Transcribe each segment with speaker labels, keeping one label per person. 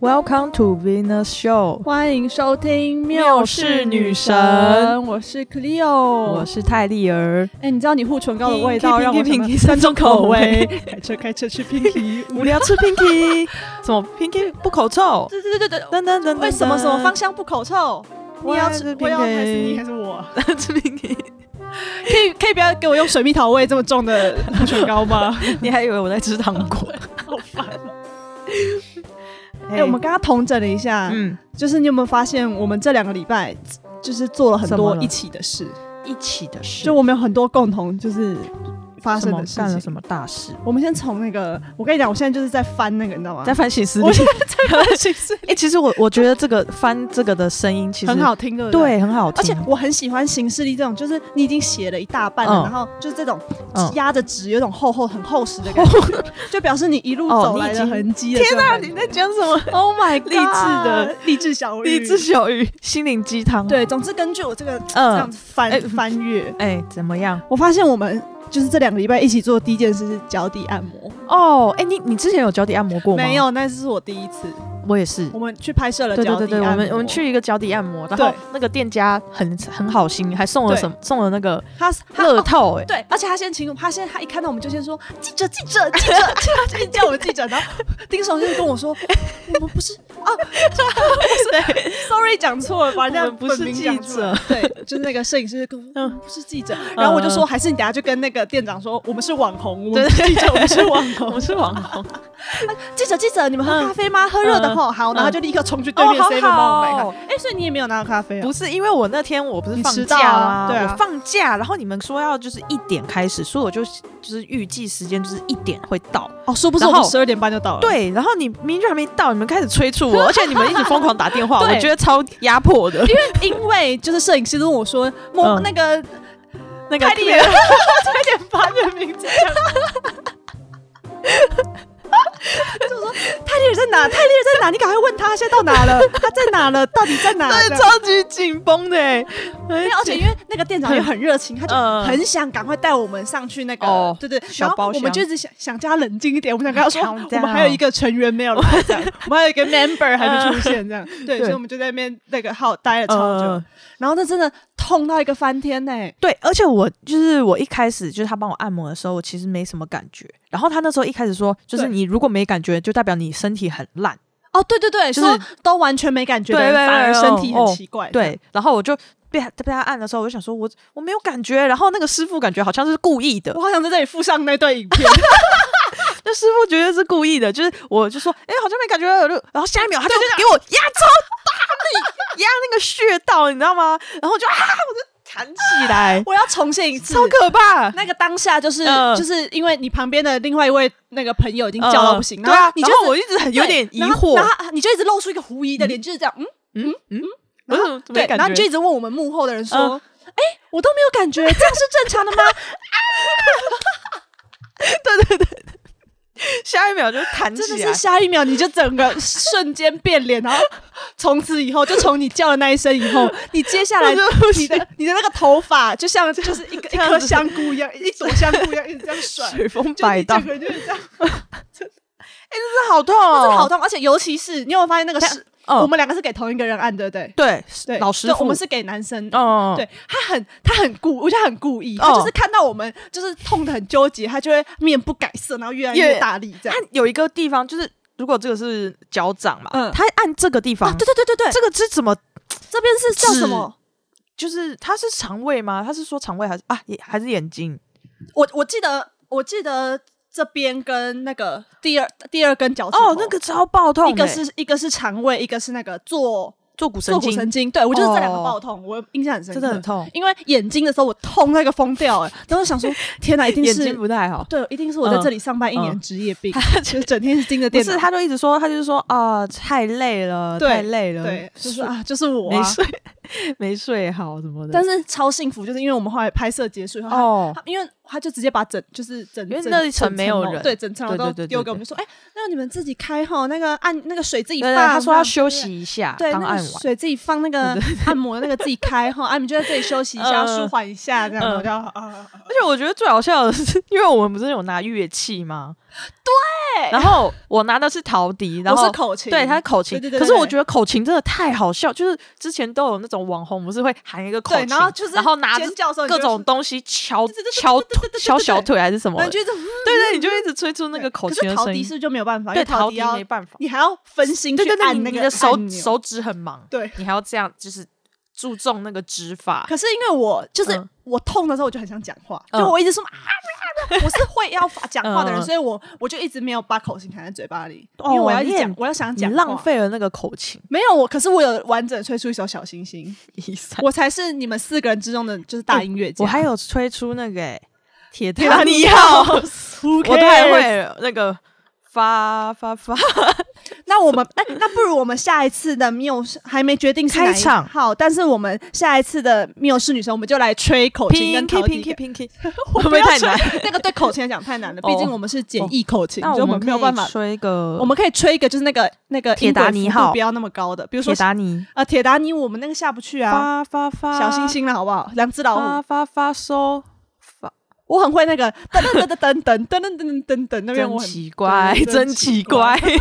Speaker 1: Welcome to Venus Show，
Speaker 2: 欢迎收听《
Speaker 1: 妙事女神
Speaker 2: 我是 Cleo，
Speaker 1: 我是泰丽儿。
Speaker 2: 哎、你知道你护唇膏的味道
Speaker 1: Pinky，
Speaker 2: 让我
Speaker 1: Pinky，
Speaker 2: 想到
Speaker 1: Pinky，，
Speaker 2: 三种口味开车开车去 Pinky，
Speaker 1: 无聊吃 Pinky，怎么 Pinky 不口臭？
Speaker 2: 对对对对对，
Speaker 1: 等等等等，
Speaker 2: 为什么什么芳香不口臭？你要吃，我要还是你还
Speaker 1: Pinky？
Speaker 2: 是我？
Speaker 1: 吃 Pinky？
Speaker 2: 可以可以不要给我用水蜜桃味这么重的护唇膏吗？
Speaker 1: 你还以为我在吃糖果？
Speaker 2: 好
Speaker 1: 哦
Speaker 2: 烦！哎、
Speaker 1: 哎
Speaker 2: 我们刚刚统整了一下，
Speaker 1: 嗯
Speaker 2: 就是你有没有发现，我们这两个礼拜就是做了很
Speaker 1: 怎么
Speaker 2: 多
Speaker 1: 了
Speaker 2: 一起的事，
Speaker 1: 一起的事，
Speaker 2: 就我们有很多共同就是发
Speaker 1: 什
Speaker 2: 生
Speaker 1: 么
Speaker 2: 的事
Speaker 1: 干了
Speaker 2: 情。
Speaker 1: 什么大事？
Speaker 2: 我们先从那个，我跟你讲，我现在就是在翻那个，你知道吗？
Speaker 1: 在翻新思
Speaker 2: 我
Speaker 1: 历。
Speaker 2: 现在在翻新 思
Speaker 1: 哎，其实我我觉得这个翻这个的声音其实
Speaker 2: 很，好听，对不对？
Speaker 1: 对，很好听，
Speaker 2: 而且我很喜欢形式力这种，就是你已经写了一大半了，
Speaker 1: 嗯
Speaker 2: 然后就是这种
Speaker 1: 嗯
Speaker 2: 压着纸，有一种厚厚很厚实的感觉， 就表示你一路
Speaker 1: 哦
Speaker 2: 走
Speaker 1: 你已
Speaker 2: 来的
Speaker 1: 经
Speaker 2: 痕迹的这种感觉。天哪，
Speaker 1: 讲什么？
Speaker 2: 在 Oh my 励志
Speaker 1: God
Speaker 2: 的励志小语，
Speaker 1: 荔枝小鱼心灵鸡汤。，
Speaker 2: 对，总之根据我这个这
Speaker 1: 嗯
Speaker 2: 样子翻、
Speaker 1: 哎
Speaker 2: 翻阅，
Speaker 1: 哎，怎么样？
Speaker 2: 我发现我们就是这两个礼拜一起做的第一件事是脚底按摩，
Speaker 1: 哦，哎，你你之前有脚底按摩过吗？
Speaker 2: 没，有，那是我第一次，
Speaker 1: 我也是
Speaker 2: 我。们去拍摄了
Speaker 1: 对对
Speaker 2: 脚
Speaker 1: 对
Speaker 2: 底
Speaker 1: 对，
Speaker 2: 按摩，
Speaker 1: 我们我们去一个脚底按摩，然后
Speaker 2: 对
Speaker 1: 那个店家很很好心，还送了
Speaker 2: 对
Speaker 1: 什么送了那个
Speaker 2: 他他
Speaker 1: 乐
Speaker 2: 哦
Speaker 1: 透哎、
Speaker 2: 对，而且他先请我，他先他一看到我们就先说记者记者 记者，他就叫我们记者，然后丁守就跟我说我们不是啊，sorry 讲错了，把人
Speaker 1: 我
Speaker 2: 家
Speaker 1: 们不是嗯
Speaker 2: 本名讲错了，对，就是那个摄影师跟我说我们不是记者，然后我就说还是你等下就跟那个店长说我们是网红，我们不是记者，我们是网
Speaker 1: 我
Speaker 2: 红
Speaker 1: 们，是网红，
Speaker 2: 记者记者，你们喝咖啡吗？喝热的吼，好，然后就立刻冲去对面
Speaker 1: 嗯哦好
Speaker 2: seven 帮我买
Speaker 1: 好
Speaker 2: 咖啡，哎，所以你也没有拿到咖啡啊
Speaker 1: 不？是因为我那天我不是
Speaker 2: 你
Speaker 1: 放
Speaker 2: 迟
Speaker 1: 假
Speaker 2: 到啊
Speaker 1: 吗？
Speaker 2: 对啊
Speaker 1: 我放假，然后你们说要就是一点开始，所以我就就是预计时间就是一点会到。
Speaker 2: 哦，殊不知
Speaker 1: 然
Speaker 2: 我们
Speaker 1: 后
Speaker 2: 十二点半就到了，
Speaker 1: 对，然后你明明就还没到，你们开始催促 我，而且你们一直疯狂打电话，
Speaker 2: 对
Speaker 1: 我觉得超压迫 的。
Speaker 2: 因为就是摄影师跟我说，某
Speaker 1: 嗯
Speaker 2: 那个
Speaker 1: 那
Speaker 2: 泰迪尔，差点把你的名字讲错。就说泰迪尔在哪？泰迪尔在哪？你赶快问他现在到哪了？他在哪了？到底在哪？
Speaker 1: 真
Speaker 2: 这
Speaker 1: 的
Speaker 2: 样
Speaker 1: 超级紧绷的哎、
Speaker 2: 因为而且因为那个店长也很热情，他就
Speaker 1: 嗯
Speaker 2: 很想赶快带我们上去那个
Speaker 1: 哦，
Speaker 2: 对对。
Speaker 1: 小
Speaker 2: 然后
Speaker 1: 包
Speaker 2: 我们
Speaker 1: 厢
Speaker 2: 就一直想想叫他冷静一点，我们想跟他说，
Speaker 1: Calm
Speaker 2: 我们还有一个成员没有来，这样我们还有一个 member 还没出现，这样
Speaker 1: 对
Speaker 2: 对，所以我们就在那边那个好待了超久
Speaker 1: 嗯。，
Speaker 2: 然后那真的痛到一个翻天呢、
Speaker 1: 对，而且我就是我一开始就是他帮我按摩的时候，我其实没什么感觉。然后他那时候一开始说，就是
Speaker 2: 对
Speaker 1: 你如果没感觉，就代表你身体很烂。
Speaker 2: 哦，对对对，
Speaker 1: 就是
Speaker 2: 说都完全没感觉的人，
Speaker 1: 对对对
Speaker 2: 反而身体很
Speaker 1: 哦
Speaker 2: 奇怪。
Speaker 1: 对，然后我就被他被他按的时候，我就想说我我没有感觉。然后那个师傅感觉好像是故意的
Speaker 2: 我，好想在这里附上那段影片，
Speaker 1: 那师傅绝对是故意的，就是我就说，哎、好像没感觉，我就然后下一秒他就给我压超大力，压那个穴道，你知道吗？然后我就啊，我就弹起来，
Speaker 2: 我要重现一次
Speaker 1: 超。可怕。
Speaker 2: 那个当下就是、
Speaker 1: 嗯
Speaker 2: 就是因为你旁边的另外一位那个朋友已经叫到不行，
Speaker 1: 嗯
Speaker 2: 然
Speaker 1: 对啊
Speaker 2: 后，你就
Speaker 1: 然
Speaker 2: 一
Speaker 1: 后
Speaker 2: 直
Speaker 1: 我一直很有
Speaker 2: 对
Speaker 1: 点疑
Speaker 2: 然后
Speaker 1: 惑
Speaker 2: 然，后你就一直露出一个狐疑的脸，就是这样，嗯，
Speaker 1: 嗯嗯，
Speaker 2: 然
Speaker 1: 然
Speaker 2: 后
Speaker 1: 后
Speaker 2: 对，然后你就一直问我们幕后的人说，哎、
Speaker 1: 嗯
Speaker 2: 我都没有感觉，这样是正常 的吗？
Speaker 1: 下一秒就弹
Speaker 2: 真
Speaker 1: 起
Speaker 2: 的
Speaker 1: 来
Speaker 2: 是，下一秒你就整个瞬间变脸，然后从此以后，就从你叫的那一声以后，你接下来
Speaker 1: 我就不
Speaker 2: 你的你的那个头发就像就是一个一
Speaker 1: 这样
Speaker 2: 颗
Speaker 1: 子
Speaker 2: 香菇一样，一朵香菇一样一直这样甩，
Speaker 1: 随风
Speaker 2: 就
Speaker 1: 摆
Speaker 2: 你
Speaker 1: 荡
Speaker 2: 整，个人就是这样，
Speaker 1: 真的好痛哦，
Speaker 2: 真的好痛。而且尤其是你有没有发现那个是，
Speaker 1: 嗯
Speaker 2: 我们两个是给同一个人按的，对不对？
Speaker 1: 对，
Speaker 2: 对，
Speaker 1: 老师
Speaker 2: 对
Speaker 1: 傅，
Speaker 2: 我们是给男生。
Speaker 1: 嗯，
Speaker 2: 对他很，他很故，我觉得他很故意，
Speaker 1: 嗯
Speaker 2: 他就是看到我们就是痛的很纠结，他就会面不改色，然后越来越
Speaker 1: 越
Speaker 2: 大力这
Speaker 1: 他
Speaker 2: 样。
Speaker 1: 有一个地方就是，如果这个是脚掌嘛，
Speaker 2: 嗯
Speaker 1: 他按这个地方，
Speaker 2: 啊，对对对对对，
Speaker 1: 这个是怎么？
Speaker 2: 这边是叫
Speaker 1: 指
Speaker 2: 什么？
Speaker 1: 就是他是肠胃吗？他是说肠胃还是啊，也还是眼睛？
Speaker 2: 我我记得我记得这边跟那个第二第二根脚趾头
Speaker 1: 哦，那个超爆痛的，
Speaker 2: 一个是一个是肠胃，一个是那个坐
Speaker 1: 坐骨神
Speaker 2: 坐骨
Speaker 1: 经，
Speaker 2: 神经，对我就是这两个
Speaker 1: 哦
Speaker 2: 爆痛，我印象很深刻，
Speaker 1: 真的很痛，
Speaker 2: 因为眼睛的时候我痛那个疯掉、哎，然后我 想说天哪，一定
Speaker 1: 眼睛
Speaker 2: 是。
Speaker 1: 不太好。
Speaker 2: 对，一定是我在这里上班一年
Speaker 1: 嗯
Speaker 2: 职业 病，就是整天是盯着
Speaker 1: 不
Speaker 2: 电脑。
Speaker 1: 是，他就一直说，他就说啊、太累了，
Speaker 2: 对
Speaker 1: 太累了，
Speaker 2: 对，就是
Speaker 1: 睡
Speaker 2: 啊，就是我、
Speaker 1: 嗯没
Speaker 2: 啊。
Speaker 1: 睡， 没睡好什么的。
Speaker 2: 但
Speaker 1: 是
Speaker 2: 是超幸福，就是因为我们后来拍摄结束以后，他
Speaker 1: 哦，
Speaker 2: 他因为他就直接把整就是整，
Speaker 1: 因为
Speaker 2: 整
Speaker 1: 那一层
Speaker 2: 整
Speaker 1: 没有
Speaker 2: 楼
Speaker 1: 人
Speaker 2: 对，整层楼
Speaker 1: 对对
Speaker 2: 都
Speaker 1: 对对
Speaker 2: 丢给我们说，哎，那你们自己开哈，那个按那个水自己
Speaker 1: 对
Speaker 2: 放。
Speaker 1: 对，他说
Speaker 2: 这
Speaker 1: 要
Speaker 2: 样
Speaker 1: 休。息一下，
Speaker 2: 对，啊
Speaker 1: 刚
Speaker 2: 那
Speaker 1: 按
Speaker 2: 个
Speaker 1: 完。
Speaker 2: 水自己放，那个按摩那个自己开哈，啊，你们就在这里休息一下，
Speaker 1: 嗯
Speaker 2: 舒缓一下，这样
Speaker 1: 嗯
Speaker 2: 我就啊啊啊啊
Speaker 1: 而且我觉得最好笑的是，因为我们不是有拿乐器吗？
Speaker 2: 对，
Speaker 1: 然后我拿的是陶笛，然
Speaker 2: 我
Speaker 1: 后
Speaker 2: 是口琴，
Speaker 1: 对，他是口琴。
Speaker 2: 对对对
Speaker 1: 可是
Speaker 2: 对
Speaker 1: 我觉得口琴真的太好笑，就是之前都有那种网红不是会喊一个口
Speaker 2: 对
Speaker 1: 琴，
Speaker 2: 然后就是
Speaker 1: 然后拿着
Speaker 2: 尖叫的时候你
Speaker 1: 各
Speaker 2: 就
Speaker 1: 种东西敲
Speaker 2: 对对对对
Speaker 1: 敲
Speaker 2: 对对对对对
Speaker 1: 敲小腿还是什么
Speaker 2: 然后
Speaker 1: 的，对
Speaker 2: 你觉得嗯
Speaker 1: 对，你就一直吹出那个口
Speaker 2: 可
Speaker 1: 琴
Speaker 2: 是
Speaker 1: 的
Speaker 2: 陶
Speaker 1: 声
Speaker 2: 笛是
Speaker 1: 音
Speaker 2: 不。是就没有办法？因
Speaker 1: 对，
Speaker 2: 为陶
Speaker 1: 陶
Speaker 2: 笛
Speaker 1: 笛
Speaker 2: 要
Speaker 1: 没办法。
Speaker 2: 你还要分心去
Speaker 1: 对对对，
Speaker 2: 按
Speaker 1: 你
Speaker 2: 那
Speaker 1: 你
Speaker 2: 个
Speaker 1: 的手
Speaker 2: 按钮。
Speaker 1: 手指很忙，
Speaker 2: 对
Speaker 1: 你还要这样，就是注重那个指法。
Speaker 2: 可是因为我就是、
Speaker 1: 嗯
Speaker 2: 我痛的时候，我就很想讲话，
Speaker 1: 嗯
Speaker 2: 就我一直说啊，我是会要发讲话的人，
Speaker 1: 嗯嗯
Speaker 2: 所以我我就一直没有把口型含在嘴巴里，
Speaker 1: 哦
Speaker 2: 因为我要一直
Speaker 1: 你
Speaker 2: 讲
Speaker 1: 也，
Speaker 2: 我要想
Speaker 1: 你
Speaker 2: 讲话，
Speaker 1: 浪费了那个口琴，
Speaker 2: 没有我，可是我有完整吹出一首《小星星
Speaker 1: 一三》，
Speaker 2: 我才是你们四个人之中的就是大音乐家。
Speaker 1: 我还有吹出那个欸 铁
Speaker 2: 铁达
Speaker 1: 达尼
Speaker 2: 尼
Speaker 1: 号，
Speaker 2: 号 Who
Speaker 1: 我都还
Speaker 2: cares？
Speaker 1: 会那个发发发，
Speaker 2: 那我们哎、那不如我们下一次的缪是还没决定是哪
Speaker 1: 开
Speaker 2: 一
Speaker 1: 场
Speaker 2: 好，但是我们下一次的缪是女生，我们就来吹口琴
Speaker 1: 拼
Speaker 2: 跟
Speaker 1: 拼
Speaker 2: 陶
Speaker 1: 拼
Speaker 2: 笛
Speaker 1: 拼
Speaker 2: 跟。
Speaker 1: 拼拼，
Speaker 2: 我
Speaker 1: 会不会太难？
Speaker 2: 那个对口琴来讲太难了，
Speaker 1: 哦
Speaker 2: 毕竟我们是简易口琴，
Speaker 1: 那
Speaker 2: 所以我们
Speaker 1: 们
Speaker 2: 没有
Speaker 1: 可以
Speaker 2: 办法。
Speaker 1: 吹一个
Speaker 2: 我们可以吹一个，就是那个那个
Speaker 1: 铁达尼
Speaker 2: 音轨幅度
Speaker 1: 号
Speaker 2: 不要那么高的，比如说
Speaker 1: 铁达尼
Speaker 2: 啊铁达尼，我们那个下不去啊，
Speaker 1: 发发发
Speaker 2: 小星星哦了好不好？两只老
Speaker 1: 发
Speaker 2: 虎，
Speaker 1: 发发收发，
Speaker 2: 我很会那个噔噔噔噔噔噔噔噔噔噔噔，那边
Speaker 1: 真
Speaker 2: 我很。
Speaker 1: 奇怪，
Speaker 2: 对真
Speaker 1: 真奇
Speaker 2: 奇
Speaker 1: 怪，
Speaker 2: 怪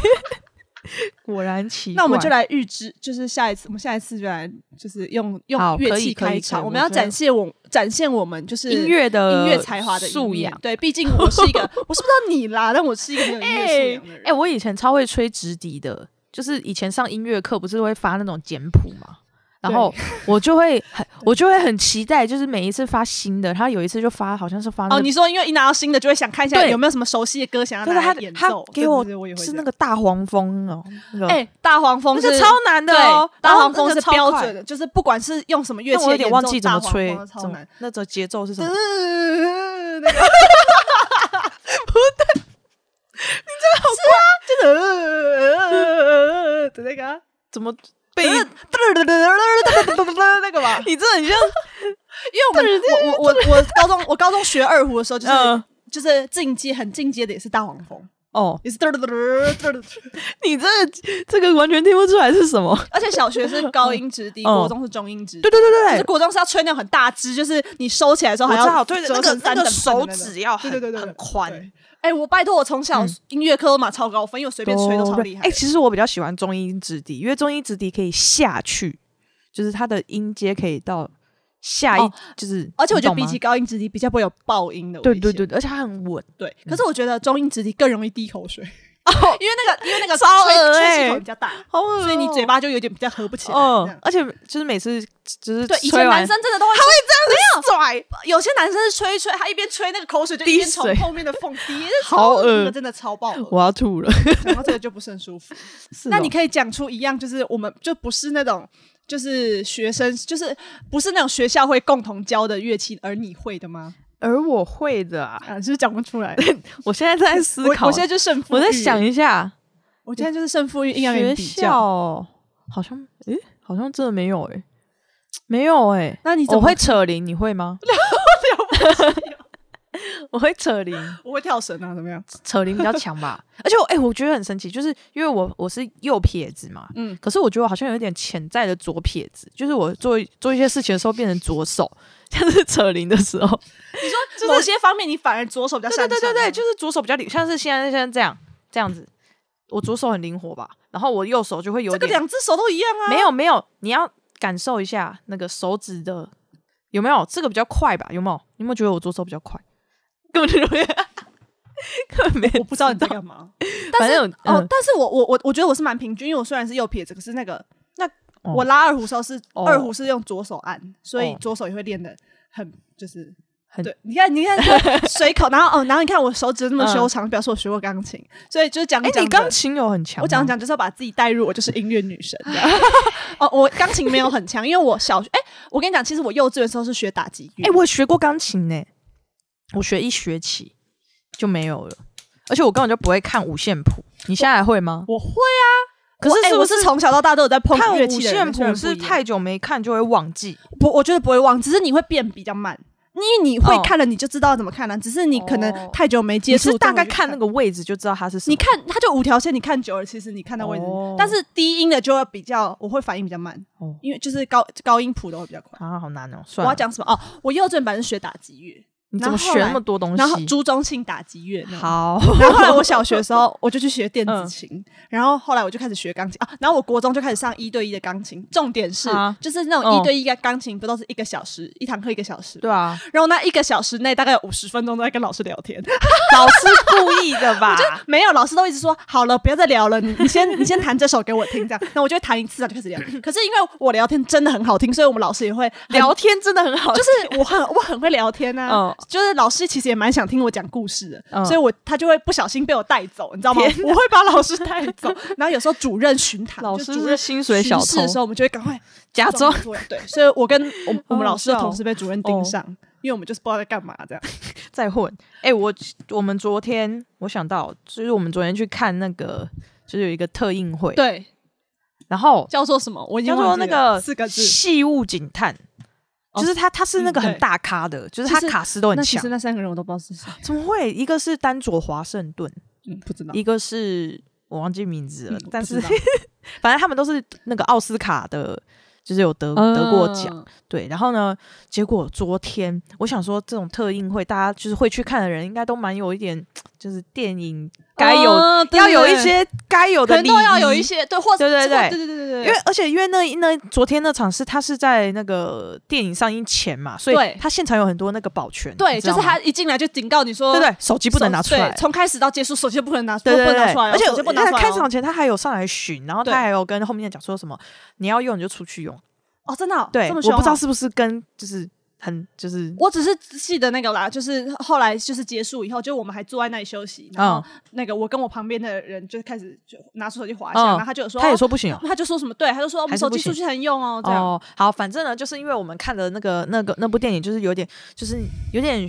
Speaker 1: 果然奇怪。
Speaker 2: 那我们就来预知，就是下一次，我们下一次就来，就是用用
Speaker 1: 好
Speaker 2: 乐
Speaker 1: 可以
Speaker 2: 器
Speaker 1: 可以
Speaker 2: 开
Speaker 1: 可
Speaker 2: 场，
Speaker 1: 以
Speaker 2: 我们要
Speaker 1: 我觉得
Speaker 2: 展现我展现我们就是
Speaker 1: 音乐的
Speaker 2: 音乐才华的一
Speaker 1: 素
Speaker 2: 面
Speaker 1: 养。
Speaker 2: 对，毕竟我 是一个，我是不知道你啦，但我是一个没有音乐素养的人。
Speaker 1: 哎、我以前超会吹直笛的，就是以前上音乐课不是会发那种简谱嘛，然后我就会很我就会很期待，就是每一次发新的，他有一次就发好像是发那个
Speaker 2: 哦，你说因为一拿到新的就会想看一下
Speaker 1: 对
Speaker 2: 有没有什么熟悉的歌想要
Speaker 1: 就
Speaker 2: 拿
Speaker 1: 是他
Speaker 2: 来演
Speaker 1: 他
Speaker 2: 奏，
Speaker 1: 给
Speaker 2: 对
Speaker 1: 我
Speaker 2: 对对我也会
Speaker 1: 是
Speaker 2: 这
Speaker 1: 那
Speaker 2: 样
Speaker 1: 个大黄蜂哦，那个
Speaker 2: 哎、大黄蜂
Speaker 1: 那
Speaker 2: 是
Speaker 1: 个超难的哦
Speaker 2: 对，大
Speaker 1: 然后
Speaker 2: 黄蜂
Speaker 1: 那
Speaker 2: 是
Speaker 1: 个超
Speaker 2: 标
Speaker 1: 快
Speaker 2: 准，的，就是不管是用什么乐
Speaker 1: 但
Speaker 2: 器，
Speaker 1: 我有点忘记怎么吹
Speaker 2: 大黄，蜂
Speaker 1: 怎
Speaker 2: 超
Speaker 1: 么
Speaker 2: 难。
Speaker 1: 那种节奏是什么？
Speaker 2: 嗯，那个不对，你真的好乖，就是的那个啊
Speaker 1: 怎么
Speaker 2: 噔
Speaker 1: 被，
Speaker 2: 噔噔噔噔噔噔噔噔那个吧
Speaker 1: 你这很 像
Speaker 2: 因为我们我我我高中我高中学二胡的时候，就是
Speaker 1: 嗯
Speaker 2: 就是进阶很进阶的也是大黄蜂，
Speaker 1: 哦，
Speaker 2: 也是噔噔噔噔噔噔。
Speaker 1: 你这这个完全听不出来是什么。
Speaker 2: 而且小学是高音质低，
Speaker 1: 嗯
Speaker 2: 国中是中音质低
Speaker 1: 对。对对
Speaker 2: 就是
Speaker 1: 对，
Speaker 2: 国中是要吹那种很大支，就是你收起来的时候还
Speaker 1: 我知道
Speaker 2: 要
Speaker 1: 对
Speaker 2: 折
Speaker 1: 那个
Speaker 2: 成
Speaker 1: 那
Speaker 2: 三
Speaker 1: 个
Speaker 2: 等份的
Speaker 1: 手
Speaker 2: 那种
Speaker 1: 指要很
Speaker 2: 对对对对
Speaker 1: 很宽。
Speaker 2: 对哎，我拜托，我从小
Speaker 1: 嗯
Speaker 2: 音乐课都嘛超高分，因为我随便吹都超
Speaker 1: 对
Speaker 2: 厉害
Speaker 1: 哎、
Speaker 2: 的。
Speaker 1: 其实我比较喜欢中音直笛，因为中音直笛可以下去，就是它的音阶可以到下一，
Speaker 2: 哦
Speaker 1: 就是
Speaker 2: 而且我觉
Speaker 1: 你
Speaker 2: 得比
Speaker 1: 懂吗
Speaker 2: 起高音质低，比较不会有爆音的危
Speaker 1: 对
Speaker 2: 险。
Speaker 1: 对对，而且它很稳，
Speaker 2: 对。可是我觉得中音质低更容易滴 口水， 因为那个因为那个
Speaker 1: 哦超
Speaker 2: 吹
Speaker 1: 恶
Speaker 2: 吹气
Speaker 1: 欸
Speaker 2: 孔比较大，
Speaker 1: 好恶
Speaker 2: 所以你嘴巴就有点比较合不起来。这
Speaker 1: 嗯
Speaker 2: 样，
Speaker 1: 而且就是每次就是
Speaker 2: 对，以
Speaker 1: 吹
Speaker 2: 前
Speaker 1: 完
Speaker 2: 男生真的都会，
Speaker 1: 他会这样子
Speaker 2: 有些男生是吹一吹，他一边吹那个口水就一
Speaker 1: 滴
Speaker 2: 边从
Speaker 1: 水
Speaker 2: 后面的 缝滴，
Speaker 1: 好恶
Speaker 2: 恶，那个真的超爆恶。
Speaker 1: 我要吐了。
Speaker 2: 讲到这个就不是很舒服。
Speaker 1: 是
Speaker 2: 那
Speaker 1: 哦
Speaker 2: 你可以讲出一样，就是我们就不是那种，就是学生，就是不是那种学校会共同教的乐器，而你会的吗？
Speaker 1: 而我会的啊，
Speaker 2: 啊，是不是讲不出来？
Speaker 1: 我现在在思
Speaker 2: 我
Speaker 1: 考，
Speaker 2: 我现在就胜负欲，
Speaker 1: 我在想，一下，
Speaker 2: 我现在就是胜负欲，硬要跟你
Speaker 1: 学
Speaker 2: 比
Speaker 1: 校
Speaker 2: 较。
Speaker 1: 哦好像诶、好像真的没有诶、没有诶、
Speaker 2: 那你怎
Speaker 1: 我
Speaker 2: 么
Speaker 1: 会扯铃，你会吗？我会扯铃，
Speaker 2: 我会跳绳啊，怎么 样？
Speaker 1: 扯铃比较强吧。而且我哎、我觉得很神奇，就是因为我我是右撇子嘛，
Speaker 2: 嗯
Speaker 1: 嗯，可是我觉得我好像有一点潜在的左撇子，就是我做做一些事情的时候变成左手，像是扯铃的时候，
Speaker 2: 就是某些方面你反而左手比较
Speaker 1: 对对
Speaker 2: 擅长。
Speaker 1: 对对对，就是左手比较灵，像是现在现在这样这样子，我左手很灵活吧，然后我右手就会有
Speaker 2: 这个
Speaker 1: 点、
Speaker 2: 两只手都一样啊。
Speaker 1: 没有没有，你要感受一下那个手指的有没有这个比较快吧？有没有？你有没有觉得我左手比较快？根本就没有， 根本没
Speaker 2: 我不知道你在干嘛。
Speaker 1: 反正有
Speaker 2: 哦
Speaker 1: 嗯，
Speaker 2: 但是我我我我觉得我是蛮平均，因为我虽然是右撇子，可是那个那
Speaker 1: 哦
Speaker 2: 我拉二胡的时候是
Speaker 1: 哦
Speaker 2: 二胡是用左手按，所以
Speaker 1: 哦
Speaker 2: 左手也会练的很就是。
Speaker 1: 很
Speaker 2: 对，你看，你看随口，然后哦，然后你看我手指那么修长，表示我学过钢琴，所以就是讲
Speaker 1: 嗯哎、
Speaker 2: 讲
Speaker 1: 你
Speaker 2: 着
Speaker 1: 钢，琴有很强吗？
Speaker 2: 我讲讲就是要把自己带入，我就是音乐女 神这样。哦，我钢琴没有很强，因为我小学，哎，我跟你讲，其实我幼稚园的时候是学打击乐，
Speaker 1: 哎、我学过钢琴呢、我学一学期就没有了，而且我根本就不会看五线谱。你现在还会吗？
Speaker 2: 我会啊，
Speaker 1: 可是
Speaker 2: 我哎
Speaker 1: 是不
Speaker 2: 我是从小到大都有在碰
Speaker 1: 看
Speaker 2: 乐
Speaker 1: 五
Speaker 2: 器
Speaker 1: 线
Speaker 2: 的人虽然
Speaker 1: 谱
Speaker 2: 不
Speaker 1: 是
Speaker 2: 一样
Speaker 1: 太久没看就会忘记，
Speaker 2: 不，我觉得不会忘，只是你会变比较慢，因为你会
Speaker 1: 哦
Speaker 2: 看了你就知道怎么看了、只是你可能
Speaker 1: 哦
Speaker 2: 太久没
Speaker 1: 你
Speaker 2: 接触，
Speaker 1: 是大概
Speaker 2: 这么
Speaker 1: 看那个位置就知道它是什
Speaker 2: 你
Speaker 1: 么。
Speaker 2: 看它就五条线，你看久了，其实你看到位置，
Speaker 1: 哦
Speaker 2: 但是低音的就会比较，我会反应比较慢，
Speaker 1: 哦
Speaker 2: 因为就是高高音谱的会比较快。
Speaker 1: 啊，好难哦，
Speaker 2: 我
Speaker 1: 算了。
Speaker 2: 要讲什么？哦，我幼稚园本来是学打击乐，
Speaker 1: 你怎么
Speaker 2: 然后
Speaker 1: 学
Speaker 2: 来
Speaker 1: 那么多东西？
Speaker 2: 然后朱宗庆打击乐那种。
Speaker 1: 好，
Speaker 2: 然后后来我小学的时候，我就去学电子琴，然后后来我就开始学钢琴啊，然后我国中就开始上一对一的钢琴，重点是、
Speaker 1: 啊
Speaker 2: 就是那种一对一的钢琴，不都是一个小时、一堂课一个小时？
Speaker 1: 对啊，
Speaker 2: 然后那一个小时内大概有五十分钟都在跟老师聊天，
Speaker 1: 老师故意的吧？
Speaker 2: 没有老师都一直说好了，不要再聊了，你你先你先弹这首给我听，这样，那我就会弹一次啊，就开始聊。可是因为我聊天真的很好听，所以我们老师也会很
Speaker 1: 聊天真的很好，
Speaker 2: 就是我很我很会聊天呐、
Speaker 1: 嗯
Speaker 2: 就是老师其实也蛮想听我讲故事的，
Speaker 1: 嗯
Speaker 2: 所以我他就会不小心被我带走，你知道吗？我会把老师带走， 然后有时候主任巡堂，
Speaker 1: 老
Speaker 2: 就
Speaker 1: 师
Speaker 2: 主
Speaker 1: 是
Speaker 2: 任
Speaker 1: 薪水小
Speaker 2: 巡视的
Speaker 1: 偷，
Speaker 2: 时候，我们就会赶 快
Speaker 1: 假装
Speaker 2: 装作对，所以我跟 我我们老师的
Speaker 1: 好好笑
Speaker 2: 同事被主任盯上，因为我们就是不知道在干嘛这样。
Speaker 1: 再混。哎、我我们昨天我想到，就是我们昨天去看那个，就是有一个特映会，
Speaker 2: 对，
Speaker 1: 然后
Speaker 2: 叫做什么？我已经
Speaker 1: 叫做
Speaker 2: 忘记
Speaker 1: 那
Speaker 2: 了
Speaker 1: 个
Speaker 2: 四个字。
Speaker 1: 细务警探。
Speaker 2: 哦
Speaker 1: 就是他，他是那个
Speaker 2: 嗯
Speaker 1: 很
Speaker 2: 对
Speaker 1: 大咖的，就是他
Speaker 2: 其实
Speaker 1: 卡斯都很
Speaker 2: 那其
Speaker 1: 强
Speaker 2: 实。那三个人我都不知道是谁，
Speaker 1: 怎么会？一个是丹佐华盛顿，
Speaker 2: 嗯，不知道。
Speaker 1: 一个是我忘记名字了
Speaker 2: 嗯，
Speaker 1: 但是
Speaker 2: 不知道
Speaker 1: 反正他们都是那个奥斯卡的，就是有得 得过奖。
Speaker 2: 嗯，
Speaker 1: 对，然后呢，结果昨天我想说，这种特映会，大家就是会去看的人，应该都蛮有一点，就是电影该有、
Speaker 2: 哦对
Speaker 1: 要有一些该有
Speaker 2: 可
Speaker 1: 的
Speaker 2: 能
Speaker 1: 礼
Speaker 2: 都要有一
Speaker 1: 仪。
Speaker 2: 些对，或者
Speaker 1: 对对对
Speaker 2: 对对对对对，
Speaker 1: 因为而且因为那那昨天那场是他是在那个电影上映前嘛，所以
Speaker 2: 对
Speaker 1: 他现场有很多那个保全，
Speaker 2: 对，
Speaker 1: 你知
Speaker 2: 就
Speaker 1: 道
Speaker 2: 是
Speaker 1: 吗
Speaker 2: 他一进来就警告你说，
Speaker 1: 对对，手机不能拿出来
Speaker 2: 对，从开始到结束，手机不能拿出，
Speaker 1: 对对
Speaker 2: 不
Speaker 1: 对
Speaker 2: 能拿出来哦，
Speaker 1: 而且
Speaker 2: 手机不能拿出
Speaker 1: 他
Speaker 2: 来哦。
Speaker 1: 开场前他还有上来巡，然后
Speaker 2: 对
Speaker 1: 他还有跟后面讲说什么你要用你就出去用，
Speaker 2: 哦，真的哦，
Speaker 1: 对，
Speaker 2: 这
Speaker 1: 我
Speaker 2: 么
Speaker 1: 不
Speaker 2: 凶哦
Speaker 1: 知道，是不是跟就是很就是
Speaker 2: 我只是记得那个啦，就是后来就是结束以后，就我们还坐在那里休息，然后那个我跟我旁边的人就开始就拿出手机划一下，
Speaker 1: 嗯
Speaker 2: 然后他就有说，
Speaker 1: 他也
Speaker 2: 哦
Speaker 1: 说不行哦。
Speaker 2: 他就说什么，对，他就说我
Speaker 1: 还
Speaker 2: 们
Speaker 1: 是
Speaker 2: 手
Speaker 1: 不
Speaker 2: 机出去才能用哦，这样。
Speaker 1: 哦，好，反正呢，就是因为我们看的那个、那个、那部电影，就是有点，就是有点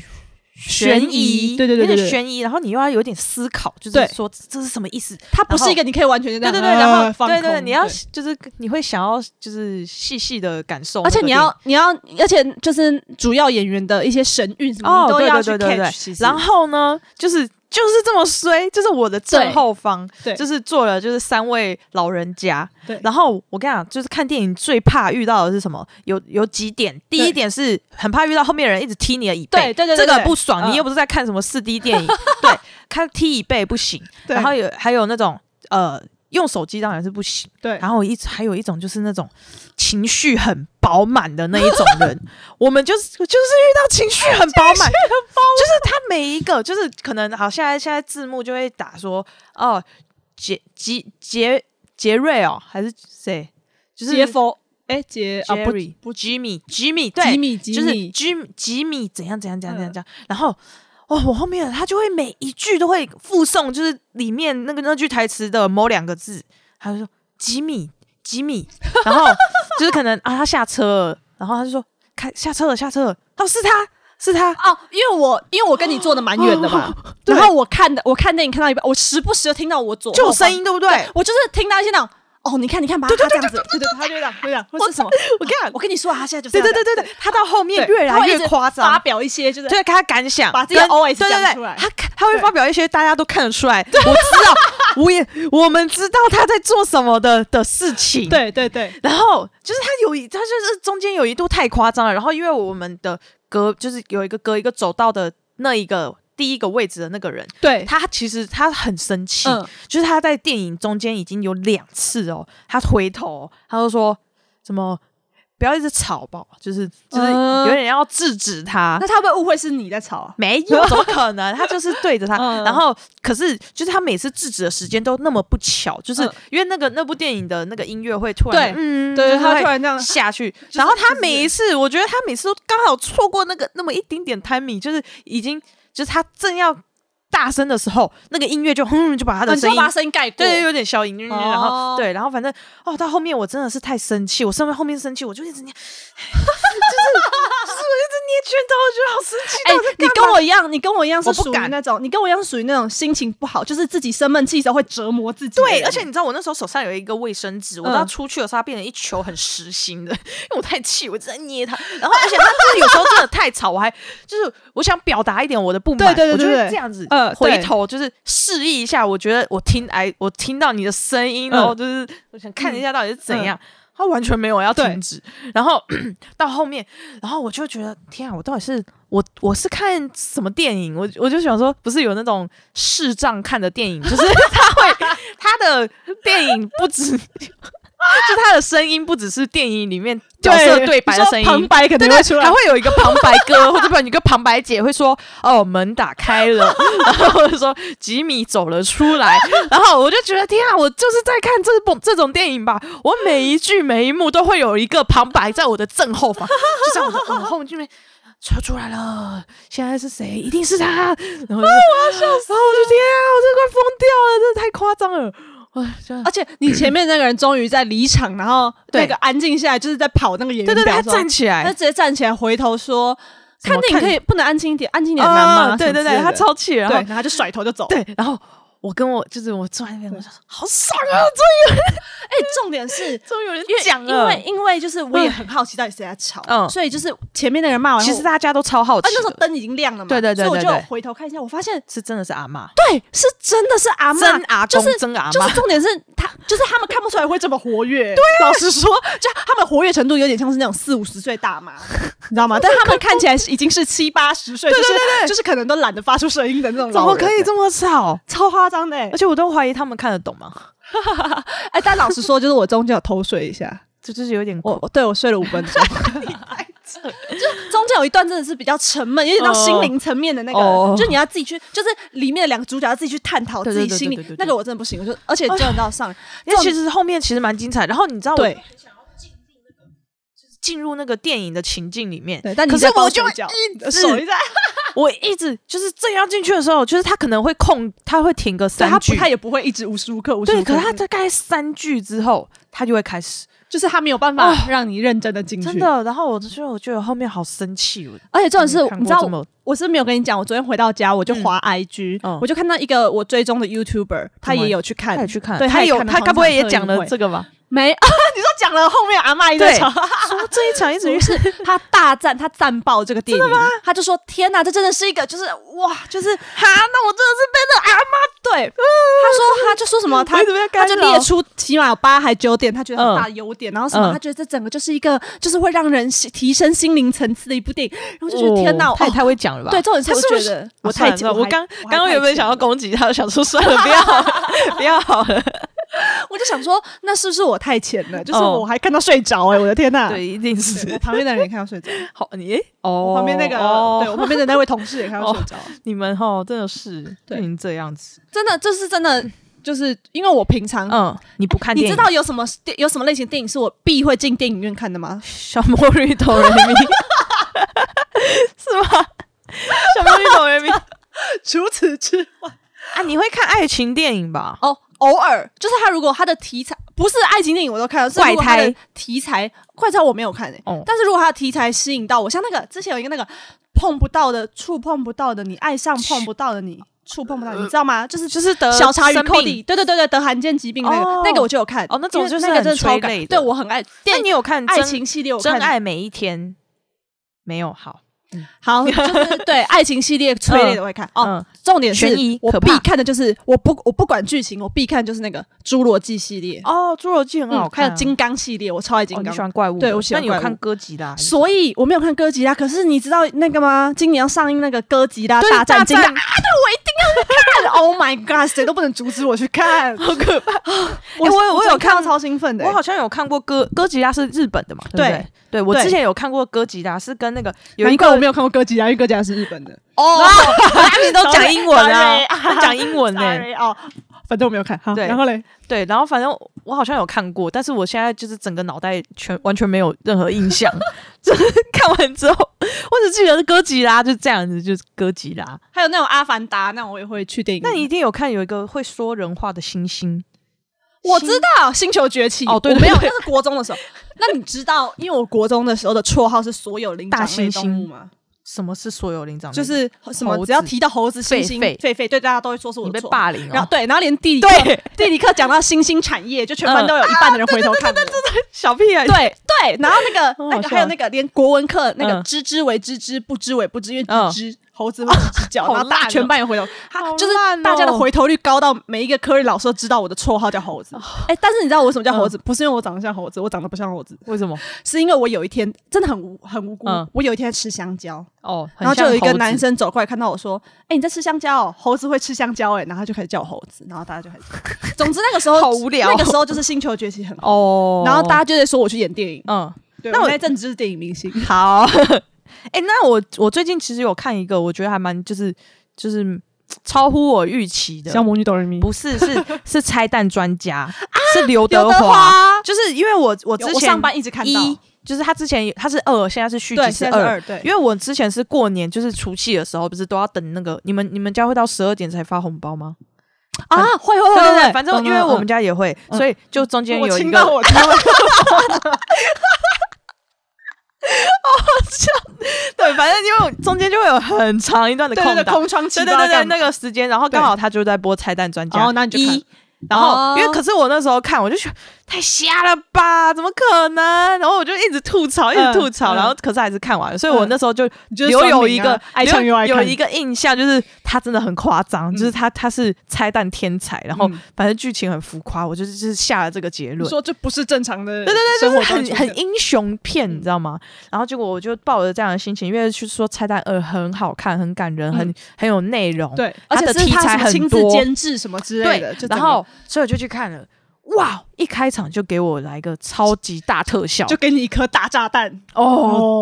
Speaker 1: 悬
Speaker 2: 悬疑
Speaker 1: 疑，
Speaker 2: 对对对
Speaker 1: 有
Speaker 2: 对
Speaker 1: 点
Speaker 2: 对
Speaker 1: 悬疑，然后你又要有点思考，就是
Speaker 2: 对
Speaker 1: 说这是什么意思？
Speaker 2: 他不是一个你可以完全就这
Speaker 1: 对对
Speaker 2: 样
Speaker 1: 对，然后
Speaker 2: 呃放
Speaker 1: 对对，
Speaker 2: 空
Speaker 1: 你要就是你会想要就是细细的感受那个
Speaker 2: 而且
Speaker 1: 电
Speaker 2: 你
Speaker 1: 影，
Speaker 2: 要你要，而且就是主要演员的一些神韵什么，
Speaker 1: 哦，
Speaker 2: 你都
Speaker 1: 对
Speaker 2: 要
Speaker 1: 对
Speaker 2: 去
Speaker 1: 对对对
Speaker 2: catch 其。实。
Speaker 1: 然后呢，就是就是这么衰，就是我的正
Speaker 2: 对
Speaker 1: 后方，
Speaker 2: 对
Speaker 1: 就是坐了就是三位老人家。
Speaker 2: 对
Speaker 1: 然后我跟你讲，就是看电影最怕遇到的是什么？有有几点，第一
Speaker 2: 对
Speaker 1: 点是很怕遇到后面的人一直踢你的椅背，
Speaker 2: 对对对
Speaker 1: 这
Speaker 2: 对
Speaker 1: 个
Speaker 2: 对
Speaker 1: 不爽。
Speaker 2: 嗯
Speaker 1: 你又不是在看什么四 D 电影，对，看踢椅背不行。
Speaker 2: 对
Speaker 1: 然后有还有那种呃。用手机当然是不行，
Speaker 2: 对
Speaker 1: 然后一还有一种就是那种情绪很饱满的那一种人，我们就是就是遇到情绪很饱满，就是他每一个就是可能好，现在现在字幕就会打说哦，杰杰杰杰瑞哦，还是谁？就是
Speaker 2: 杰佛，哎杰啊不
Speaker 1: Jerry
Speaker 2: 不
Speaker 1: 吉米吉米对，
Speaker 2: 吉米吉
Speaker 1: 就是
Speaker 2: 米嗯
Speaker 1: 吉米吉米怎样怎样怎样怎样怎样，然后。哦，我后面他就会每一句都会附送，就是里面那个那句台词的某两个字，他就说吉米吉米，然 后就是可能啊他下车了，然后他就说开下车了下车了，哦是他是他，
Speaker 2: 哦，因为我因为我跟你坐的蛮远的嘛，
Speaker 1: 对
Speaker 2: 然后我看的我看电影看到一半，我时不时就听到我左
Speaker 1: 就有
Speaker 2: 后方
Speaker 1: 声，音对不对？
Speaker 2: 我就是听到一些那种哦，你看你看吧，他这样子，对对，他就这样，对对，或是什么，
Speaker 1: 我跟你讲
Speaker 2: 我跟你说啊，他现在就是
Speaker 1: 对对
Speaker 2: 这
Speaker 1: 对对
Speaker 2: 样
Speaker 1: 对，他到后面
Speaker 2: 对
Speaker 1: 越
Speaker 2: 他
Speaker 1: 来
Speaker 2: 会一
Speaker 1: 越
Speaker 2: 直
Speaker 1: 夸
Speaker 2: 发
Speaker 1: 张，
Speaker 2: 表一些就是
Speaker 1: 对，看他敢想
Speaker 2: 把自己的
Speaker 1: 跟
Speaker 2: OS
Speaker 1: 对对
Speaker 2: 讲出
Speaker 1: 对
Speaker 2: 来，
Speaker 1: 他看他会
Speaker 2: 对
Speaker 1: 发表一些大家都看得出来，我知道，我也我们知道他在做什么的的事情，。
Speaker 2: 对对对
Speaker 1: 然后就是他有一，他就是中间有一度太夸张了。然后因为我们的隔就是有一个隔一个走道的那一个第一个位置的那个人，
Speaker 2: 对，
Speaker 1: 他其实他很生气，
Speaker 2: 嗯
Speaker 1: 就是他在电影中间已经有两次哦，他回头哦他就说什么不要一直吵吧，就是就是
Speaker 2: 嗯
Speaker 1: 有点要制止他。
Speaker 2: 那他会不会误会是你在吵啊？
Speaker 1: 没有，怎么可能？他就是对着他，
Speaker 2: 嗯
Speaker 1: 然后可是就是他每次制止的时间都那么不巧，就是
Speaker 2: 嗯
Speaker 1: 因为那个那部电影的那个音乐会突然
Speaker 2: 对
Speaker 1: 嗯，
Speaker 2: 对
Speaker 1: 就是
Speaker 2: 他
Speaker 1: 会
Speaker 2: 突然这样
Speaker 1: 下去，
Speaker 2: 是
Speaker 1: 然后他
Speaker 2: 就是
Speaker 1: 每一次，我觉得他每次都刚好错过那个那么一丁点 timing，就是已经就是他正要大声的时候，那个音乐就轰、就把他的
Speaker 2: 哦你
Speaker 1: 声
Speaker 2: 就
Speaker 1: 音
Speaker 2: 把他声音盖过，
Speaker 1: 对，有点消音，然后
Speaker 2: 哦
Speaker 1: 对，然后反正哦，到后面我真的是太生气，我上面后面生气，我就一直捏， 就是就是我一直捏拳头，我觉得好生气。
Speaker 2: 哎
Speaker 1: 到底在，
Speaker 2: 你
Speaker 1: 干
Speaker 2: 跟
Speaker 1: 嘛
Speaker 2: 我一样，你跟我一样是
Speaker 1: 我不
Speaker 2: 属于
Speaker 1: 敢
Speaker 2: 那种，你跟我一样是属于那种心情不好，就是自己生闷气的时候会折磨自己的人。
Speaker 1: 对，而且你知道我那时候手上有一个卫生纸，我
Speaker 2: 嗯
Speaker 1: 到出去的时候它变成一球很实心的， 因为我太气，我一直在捏 它。然后而且它就是有时候真的太吵，我还就是我想表达一点我的不满，
Speaker 2: 对对对
Speaker 1: 我就
Speaker 2: 对
Speaker 1: 会
Speaker 2: 对
Speaker 1: 这样子，
Speaker 2: 呃
Speaker 1: 回
Speaker 2: 对
Speaker 1: 头就是示意一下，我觉得我听哎，我听到你的声音，然后
Speaker 2: 嗯
Speaker 1: 就是我想看一下到底是怎样。他完全没有要
Speaker 2: 对
Speaker 1: 停止。然后 到后面，然后我就觉得天啊，我到底是我我是看什么电影？我我就想说，不是有那种视障看的电影，就是 他会他的电影不止， 就他的声音不只是电影里面角色对白的声音，
Speaker 2: 旁白肯
Speaker 1: 对
Speaker 2: 定
Speaker 1: 对
Speaker 2: 会出，来
Speaker 1: 还。会有一个旁白哥，或者不然有一个旁白姐会说：“哦，门打开 了。”然后或者说吉米走了出来。然后我就觉得天啊，我就是在看这部这种电影吧。我每一句每一幕都会有一个旁白在我的正后方， 就在我的耳后面这边。车出来了，现在是谁？一定是他。然后我就、我要笑死，然后我就天啊，我真的快疯掉了，真的太夸张了。我真的
Speaker 2: 而且你前面那个人终于在离场，然后
Speaker 1: 对
Speaker 2: 那个安静下来，就是在跑那个演员
Speaker 1: 对对对，
Speaker 2: 表
Speaker 1: 他
Speaker 2: 的时候
Speaker 1: 站起
Speaker 2: 他
Speaker 1: 来，
Speaker 2: 直接站起来回头说：“
Speaker 1: 什么
Speaker 2: 看电影
Speaker 1: 看
Speaker 2: 可以不能安静一点，安静一点难吗
Speaker 1: 啊，？”对对
Speaker 2: 什么之类
Speaker 1: 对，
Speaker 2: 的
Speaker 1: 他超气，然
Speaker 2: 对，
Speaker 1: 后
Speaker 2: 然后他就甩头就走。
Speaker 1: 对，然后我跟我就是我坐在那边，我就说好爽 啊，终
Speaker 2: 哎，重点是。
Speaker 1: 于终于有人
Speaker 2: 因为
Speaker 1: 讲
Speaker 2: 因
Speaker 1: 了，
Speaker 2: 为因为就是我也很好奇到底谁在吵，
Speaker 1: 嗯
Speaker 2: 所以就是前面那个人骂完后，
Speaker 1: 其实大家都超好
Speaker 2: 啊
Speaker 1: 奇
Speaker 2: 那时候
Speaker 1: 的，
Speaker 2: 灯已经亮了嘛，
Speaker 1: 对对对
Speaker 2: 所以
Speaker 1: 对
Speaker 2: 我就
Speaker 1: 对
Speaker 2: 回头看一下，我发现
Speaker 1: 是真的是阿妈，
Speaker 2: 对，是真的是阿妈
Speaker 1: 真阿
Speaker 2: 就
Speaker 1: 公
Speaker 2: 是
Speaker 1: 真阿
Speaker 2: 就
Speaker 1: 妈
Speaker 2: 是，重点是他，就是他们看不出来会这么活跃。对、
Speaker 1: 啊
Speaker 2: 老实说，就他们活跃程度有点像是那种四五十岁大妈，你知道吗？但他们看起来是已经是七八十岁，就是就是可能都懒得发出声音的那种
Speaker 1: 怎
Speaker 2: 老
Speaker 1: 么
Speaker 2: 人。
Speaker 1: 可以这么 吵？
Speaker 2: 超夸张的、欸
Speaker 1: 而？且我都怀疑他们看得懂吗？
Speaker 2: 哎，但老实说，就是我中间有偷睡一下，
Speaker 1: 这 就是有点
Speaker 2: 我我对我睡了五分 钟。就中间有一段真的是比较沉闷，有点到心灵层面的那个
Speaker 1: 哦
Speaker 2: 就你要自己去，就是里面的两个主角要自己去探讨
Speaker 1: 对
Speaker 2: 自
Speaker 1: 对
Speaker 2: 己心
Speaker 1: 对
Speaker 2: 里
Speaker 1: 对对对对哎
Speaker 2: 那个，我真的不行。我就而且真的到上，
Speaker 1: 因为其实后面其实蛮精彩。然后你知道我
Speaker 2: 对
Speaker 1: 进入那个电影的情境里面，
Speaker 2: 对，但你
Speaker 1: 可是
Speaker 2: 在帮
Speaker 1: 我就
Speaker 2: 手脚手一直在
Speaker 1: 我一直就是正要进去的时候，就是他可能会空，他会停个
Speaker 2: 对
Speaker 1: 三
Speaker 2: 他不
Speaker 1: 句，
Speaker 2: 他也不会一直无时无刻无时无
Speaker 1: 对，
Speaker 2: 刻，
Speaker 1: 可是他大概三句之后，他就会开始
Speaker 2: 就是他没有办
Speaker 1: 哦
Speaker 2: 法让你认真的进去。
Speaker 1: 真，的。然后我就我觉得后面好生气，我
Speaker 2: 而且重点是
Speaker 1: 没看，过
Speaker 2: 你知道
Speaker 1: 这么
Speaker 2: 我是没有跟你讲，我昨天回到家我就滑 IG，
Speaker 1: 嗯
Speaker 2: 我就看到一个我追踪的 YouTuber，他也有去看，
Speaker 1: 他也去看，
Speaker 2: 对，
Speaker 1: 他
Speaker 2: 也
Speaker 1: 有
Speaker 2: 看了
Speaker 1: 他该不会也讲
Speaker 2: 黄
Speaker 1: 了
Speaker 2: 山特
Speaker 1: 这个吧？
Speaker 2: 映会没？ 啊你说讲了后面阿妈一直在
Speaker 1: 对
Speaker 2: 吵，
Speaker 1: 说这一场一直
Speaker 2: 于
Speaker 1: 遇
Speaker 2: 是 他大赞，他赞爆这个电影，他就说：“天哪，这真的是一个，就是哇，就是哈，那我真的是被那阿妈 对。”他说，他就说什么，他
Speaker 1: 为什么要干扰
Speaker 2: 他就列出起码有八还九点，他觉得很大的优点，然后什么，
Speaker 1: 嗯
Speaker 2: 他觉得这整个就是一个，就是会让人心提升心灵层次的一部电影，然后就觉得
Speaker 1: 哦
Speaker 2: 天哪，
Speaker 1: 他也
Speaker 2: 哦
Speaker 1: 太会讲了吧？
Speaker 2: 对，这种
Speaker 1: 他
Speaker 2: 是我
Speaker 1: 是不
Speaker 2: 觉
Speaker 1: 是
Speaker 2: 得
Speaker 1: 啊
Speaker 2: 我
Speaker 1: 算
Speaker 2: 太
Speaker 1: 了
Speaker 2: 贱
Speaker 1: 算了
Speaker 2: 我
Speaker 1: 我
Speaker 2: 还
Speaker 1: 刚
Speaker 2: 我还
Speaker 1: 刚刚
Speaker 2: 太
Speaker 1: 原本
Speaker 2: 贱
Speaker 1: 想
Speaker 2: 了
Speaker 1: 要攻击他，想说算了，不要 不要好了。
Speaker 2: 我就想说，那是不是我太浅了？就是
Speaker 1: 哦
Speaker 2: 我还看到睡着哎，我的天哪！
Speaker 1: 对，一定
Speaker 2: 对，
Speaker 1: 是
Speaker 2: 我旁边的人也看到 睡着，
Speaker 1: 好你诶哦
Speaker 2: 我旁边那个
Speaker 1: 哦
Speaker 2: 对我旁边的那位同事也看到睡着。
Speaker 1: 你们哈真的是
Speaker 2: 对
Speaker 1: 变成这样子。
Speaker 2: 真的，这是真的，就是因为我平常，
Speaker 1: 嗯，你不看
Speaker 2: 你
Speaker 1: 电
Speaker 2: 知
Speaker 1: 影？
Speaker 2: 道有什么电有什么类型的电影是我必会进电影院看的吗？
Speaker 1: 小魔女哆瑞咪是吗？小魔女哆 瑞咪
Speaker 2: 除此之外，
Speaker 1: 啊，你会看爱情电影吧？
Speaker 2: 哦，偶尔就是他如果他的题材不是爱情电影，我都看了。是
Speaker 1: 怪
Speaker 2: 如果他的
Speaker 1: 胎
Speaker 2: 题材，怪胎我没有看诶、
Speaker 1: 哦
Speaker 2: 但是如果他的题材吸引到我，像那个之前有一个那个碰不到的、触碰不到的你，爱上碰不到的你，
Speaker 1: 呃
Speaker 2: 触碰不到，你知道吗？就是
Speaker 1: 就是得
Speaker 2: 小茶与
Speaker 1: 生
Speaker 2: 寇
Speaker 1: 病
Speaker 2: 弟，对对对对，得罕见疾病那个、
Speaker 1: 哦
Speaker 2: 那个我就有看
Speaker 1: 哦那种
Speaker 2: 因为
Speaker 1: 就是
Speaker 2: 那个
Speaker 1: 很
Speaker 2: 真的超
Speaker 1: 催
Speaker 2: 感
Speaker 1: 泪，的
Speaker 2: 对我很爱电
Speaker 1: 那你有看
Speaker 2: 爱
Speaker 1: 真
Speaker 2: 情系列，我
Speaker 1: 真
Speaker 2: 看
Speaker 1: 爱每一天没有好
Speaker 2: 好，就是对爱情系列催泪的我会看、哦。
Speaker 1: 嗯
Speaker 2: 重点是
Speaker 1: 悬疑
Speaker 2: 我
Speaker 1: 可
Speaker 2: 必
Speaker 1: 怕
Speaker 2: 看的就是我不我不管剧情，我必看就是那个《侏罗纪》系列，嗯
Speaker 1: 哦，侏罗纪很好看
Speaker 2: 还
Speaker 1: 啊，
Speaker 2: 有《金刚》系列，我超爱《金
Speaker 1: 哦，你
Speaker 2: 刚
Speaker 1: 喜》欢怪物的？
Speaker 2: 对我喜
Speaker 1: 那
Speaker 2: 欢
Speaker 1: 你有
Speaker 2: 怪物
Speaker 1: 看哥吉拉？
Speaker 2: 所以我没有看哥吉拉，可是你知道那个吗？今年要上映那个哥吉拉
Speaker 1: 对
Speaker 2: 大战
Speaker 1: 大
Speaker 2: 金刚，
Speaker 1: 战
Speaker 2: 啊，对我一定要去看 ！Oh my god，谁都不能阻止我去 看。啊
Speaker 1: 好可怕！
Speaker 2: 我
Speaker 1: 我有我有
Speaker 2: 昨天看到
Speaker 1: 看
Speaker 2: 超兴奋的、欸
Speaker 1: 我好像有看过哥哥吉拉是日本的嘛？对不
Speaker 2: 对
Speaker 1: 对，对我
Speaker 2: 对
Speaker 1: 之前有看过哥吉拉，是跟那个有
Speaker 2: 难
Speaker 1: 一
Speaker 2: 怪
Speaker 1: 个
Speaker 2: 我没有看过哥吉拉，因为哥吉拉是日本的。
Speaker 1: 哦，你都讲英文啊
Speaker 2: Sorry，，sorry
Speaker 1: 都讲英文呢。
Speaker 2: Sorry 哦，反正我没有看。好，
Speaker 1: 对
Speaker 2: 然后嘞，
Speaker 1: 对，然后反正我好像有看过，但是我现在就是整个脑袋全完全没有任何印 象，就是看完之后，我只记得是哥吉拉就这样子，就是哥吉拉。
Speaker 2: 还有那种《阿凡达》，那种我也会去电影院。
Speaker 1: 那你一定有看有一个会说人话的猩猩，
Speaker 2: 我知道《星球崛起》
Speaker 1: 哦对
Speaker 2: 我
Speaker 1: 对
Speaker 2: 没有，
Speaker 1: 对
Speaker 2: 那是国中的时候。那你知道，因为我国中的时候的绰号是所有灵长类动物吗？
Speaker 1: 什么是所有灵长类？
Speaker 2: 就是什
Speaker 1: 猴
Speaker 2: 么
Speaker 1: 子
Speaker 2: 只要提到猴子、猩猩、
Speaker 1: 狒狒
Speaker 2: 狒狒，对大家都会说是我
Speaker 1: 你
Speaker 2: 的
Speaker 1: 被
Speaker 2: 错。
Speaker 1: 霸凌
Speaker 2: 然后
Speaker 1: 哦，
Speaker 2: 对，然后连地理课
Speaker 1: 对，嗯
Speaker 2: 地理课讲到新兴产业，就全班都有一半的人回头
Speaker 1: 啊
Speaker 2: 看我。
Speaker 1: 小屁孩，
Speaker 2: 对对，然后那个
Speaker 1: 很好
Speaker 2: 那个
Speaker 1: 笑
Speaker 2: 还有那个连国文课那个
Speaker 1: 嗯
Speaker 2: 知之为知之，不知为不知，因为
Speaker 1: 嗯
Speaker 2: 知之猴子会直叫，
Speaker 1: 好
Speaker 2: 然后大
Speaker 1: 烂哦
Speaker 2: 全班人回头，他
Speaker 1: 好
Speaker 2: 就是
Speaker 1: 烂
Speaker 2: 大家的
Speaker 1: 哦
Speaker 2: 回头率高到每一个科任老师都知道我的绰号叫猴子。嗯哎，但是你知道我为什么叫猴子？不是因为我长得像猴子，我长得不像猴子，
Speaker 3: 为什么？
Speaker 2: 是因为我有一天真的很无很无辜
Speaker 3: 嗯，
Speaker 2: 我有一天在吃香蕉，
Speaker 3: 哦，很
Speaker 2: 然后就有一个
Speaker 3: 像猴子
Speaker 2: 男，生走过来看到我说：“哎、你在吃香蕉、哦？猴子会吃香蕉哎、然后他就开始叫我猴子，然后大家就开始。 总之那个时候
Speaker 1: 好无聊哦
Speaker 2: 那个时候就是《星球崛起》很红，
Speaker 3: 哦，
Speaker 2: 然后大家就在说我去演电影。
Speaker 3: 嗯，
Speaker 2: 对，
Speaker 1: 那
Speaker 2: 那我
Speaker 1: 我
Speaker 2: 那一阵子就是电影明星。
Speaker 1: 好， 哎、那我我最近其实有看一个，我觉得还蛮就是就是超乎我预期的，
Speaker 2: 魔女哆瑞咪
Speaker 1: 不是是 是拆弹专家，是刘
Speaker 2: 啊刘德
Speaker 1: 华，
Speaker 2: 华，
Speaker 1: 就是因为我我
Speaker 2: 有
Speaker 1: 之
Speaker 2: 我
Speaker 1: 前
Speaker 2: 上班一直看到，
Speaker 1: 一就是他之前他是二，现在是续集
Speaker 2: 对，
Speaker 1: 是
Speaker 2: 现在是
Speaker 1: 二。
Speaker 2: 二，对，
Speaker 1: 因为我之前是过年，就是除夕的时候，不是都要等那个你们你们家会到十二点才发红包吗？
Speaker 2: 啊，会
Speaker 1: 对
Speaker 2: 会会
Speaker 1: 对
Speaker 2: 会，
Speaker 1: 对，反正
Speaker 2: 嗯
Speaker 1: 因为我们
Speaker 2: 嗯
Speaker 1: 家也会，所以就中间
Speaker 2: 我
Speaker 1: 有一
Speaker 2: 听
Speaker 1: 个
Speaker 2: 到我 听到我
Speaker 1: 对，反正因为中间就会有很长一段的
Speaker 2: 对
Speaker 1: 空
Speaker 2: 对对
Speaker 1: 档，
Speaker 2: 空窗期，
Speaker 1: 对对对对，那
Speaker 2: 个
Speaker 1: 个时间，然后刚好他就在播《拆弹专家》
Speaker 2: 哦那你就看
Speaker 1: 一，然后、
Speaker 2: 哦
Speaker 1: 因为可是我那时候看，我就觉得太瞎了吧，怎么可能？然后我就一直吐槽，一直吐槽，
Speaker 2: 嗯
Speaker 1: 然后可是还是看完了，所以我那时候就
Speaker 2: 就是
Speaker 1: 留
Speaker 2: 双
Speaker 1: 有
Speaker 2: 领
Speaker 1: 一个、
Speaker 2: 啊爱唱又爱
Speaker 1: 留有
Speaker 2: 看
Speaker 1: 一个印象，就是他真的很夸张，就是他他是拆弹天才，然后
Speaker 2: 嗯
Speaker 1: 反正剧情很浮夸，我就是就是下了这个结论。
Speaker 2: 说这不是正常的，
Speaker 1: 对对对，就是很很
Speaker 2: 硬，
Speaker 1: 英雄片，
Speaker 2: 嗯
Speaker 1: 你知道吗？然后结果我就抱着这样的心情，因为去说《拆弹二》很好看，很感人，很很有内容，
Speaker 2: 嗯对，
Speaker 1: 它
Speaker 2: 而且
Speaker 1: 的
Speaker 2: 是
Speaker 1: 题
Speaker 2: 他
Speaker 1: 材
Speaker 2: 什么
Speaker 1: 很
Speaker 2: 亲自
Speaker 1: 多
Speaker 2: 监制什么之类的，
Speaker 1: 对。
Speaker 2: 就整
Speaker 1: 然
Speaker 2: 个
Speaker 1: 后，所以我就去看了，哇！一开场就给我来个超级大特效，
Speaker 2: 就给你一颗大炸弹，
Speaker 1: 哦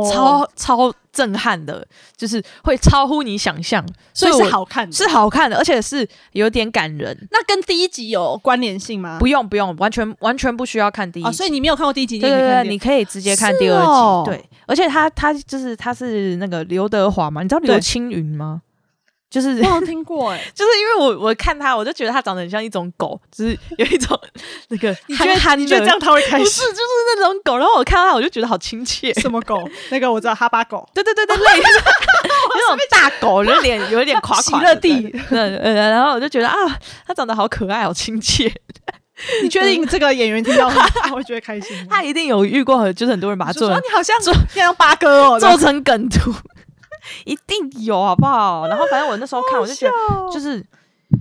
Speaker 2: 哦，
Speaker 1: 超超震撼的，就是会超乎你想象，
Speaker 2: 所以
Speaker 1: 我
Speaker 2: 是好看的。
Speaker 1: 是好看的，而且是有点感人。
Speaker 2: 那跟第一集有关联性吗？
Speaker 1: 不用不用，完全完全不需要看第一集
Speaker 2: 啊哦，所以你没有看过第一集，
Speaker 1: 对
Speaker 2: 你也没
Speaker 1: 对对，
Speaker 2: 看第
Speaker 1: 你
Speaker 2: 一集
Speaker 1: 可以直接看第二
Speaker 2: 是
Speaker 1: 集。
Speaker 2: 哦
Speaker 1: 对，而且他他就是他是那个刘德华嘛，你知道刘
Speaker 2: 对
Speaker 1: 青云吗？就是
Speaker 2: 我好像听过 哎、
Speaker 1: 就是因为我我看他，我就觉得他长得很像一种狗，就是有一 种那个
Speaker 2: 你觉
Speaker 1: 憨
Speaker 2: 得
Speaker 1: 憨的，
Speaker 2: 你觉得这样他会开
Speaker 1: 不
Speaker 2: 心
Speaker 1: 是？就是那种狗。然后我看到他，我就觉得好亲切。
Speaker 2: 什么狗？那个我知道，哈巴狗。
Speaker 1: 对对对对，类似那种大狗，有点有点垮垮的。
Speaker 2: 喜乐蒂
Speaker 1: 对，嗯嗯，然后我就觉得啊，他长得好可爱，好亲切。
Speaker 2: 你确定这个演员听 到会他会觉得开心吗？
Speaker 1: 他一定有遇过，就是很多人把他
Speaker 2: 就
Speaker 1: 做
Speaker 2: 说
Speaker 1: 成
Speaker 2: 你好像要像八哥哦，
Speaker 1: 做成梗图， 啊一定有好不好？然后反正我那时候看，我就觉得就是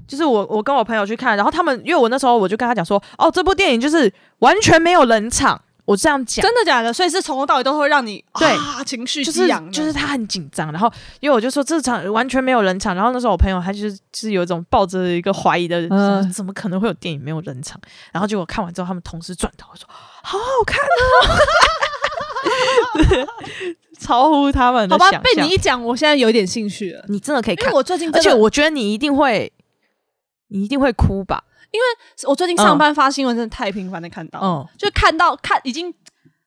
Speaker 1: 就是我我跟我朋友去看，然后他们因为我那时候我就跟他讲说，哦，这部电影就是完全没有冷场，我这样讲。
Speaker 2: 真的假的？所以是从头到尾都会让你
Speaker 1: 对
Speaker 2: 啊情绪
Speaker 1: 就是
Speaker 2: 激昂的，
Speaker 1: 就是他很紧张，然后因为我就说这场完全没有冷场，然后那时候我朋友他就是就是有一种抱着一个怀疑的，人，
Speaker 3: 嗯
Speaker 1: 怎么可能会有电影没有冷场？然后结果看完之后，他们同时转头说：“好好看哦！” 超乎他们的
Speaker 2: 好吧
Speaker 1: 想？象。
Speaker 2: 被你一讲，我现在有点兴趣了，
Speaker 1: 你真的可以
Speaker 2: 因
Speaker 1: 看
Speaker 2: 为，我最近
Speaker 1: 而
Speaker 2: 真的
Speaker 1: 且我觉得你一定会，你一定会哭吧？
Speaker 2: 我最近上班发新闻真的太频繁的看到，
Speaker 1: 嗯，
Speaker 2: 就看到看已经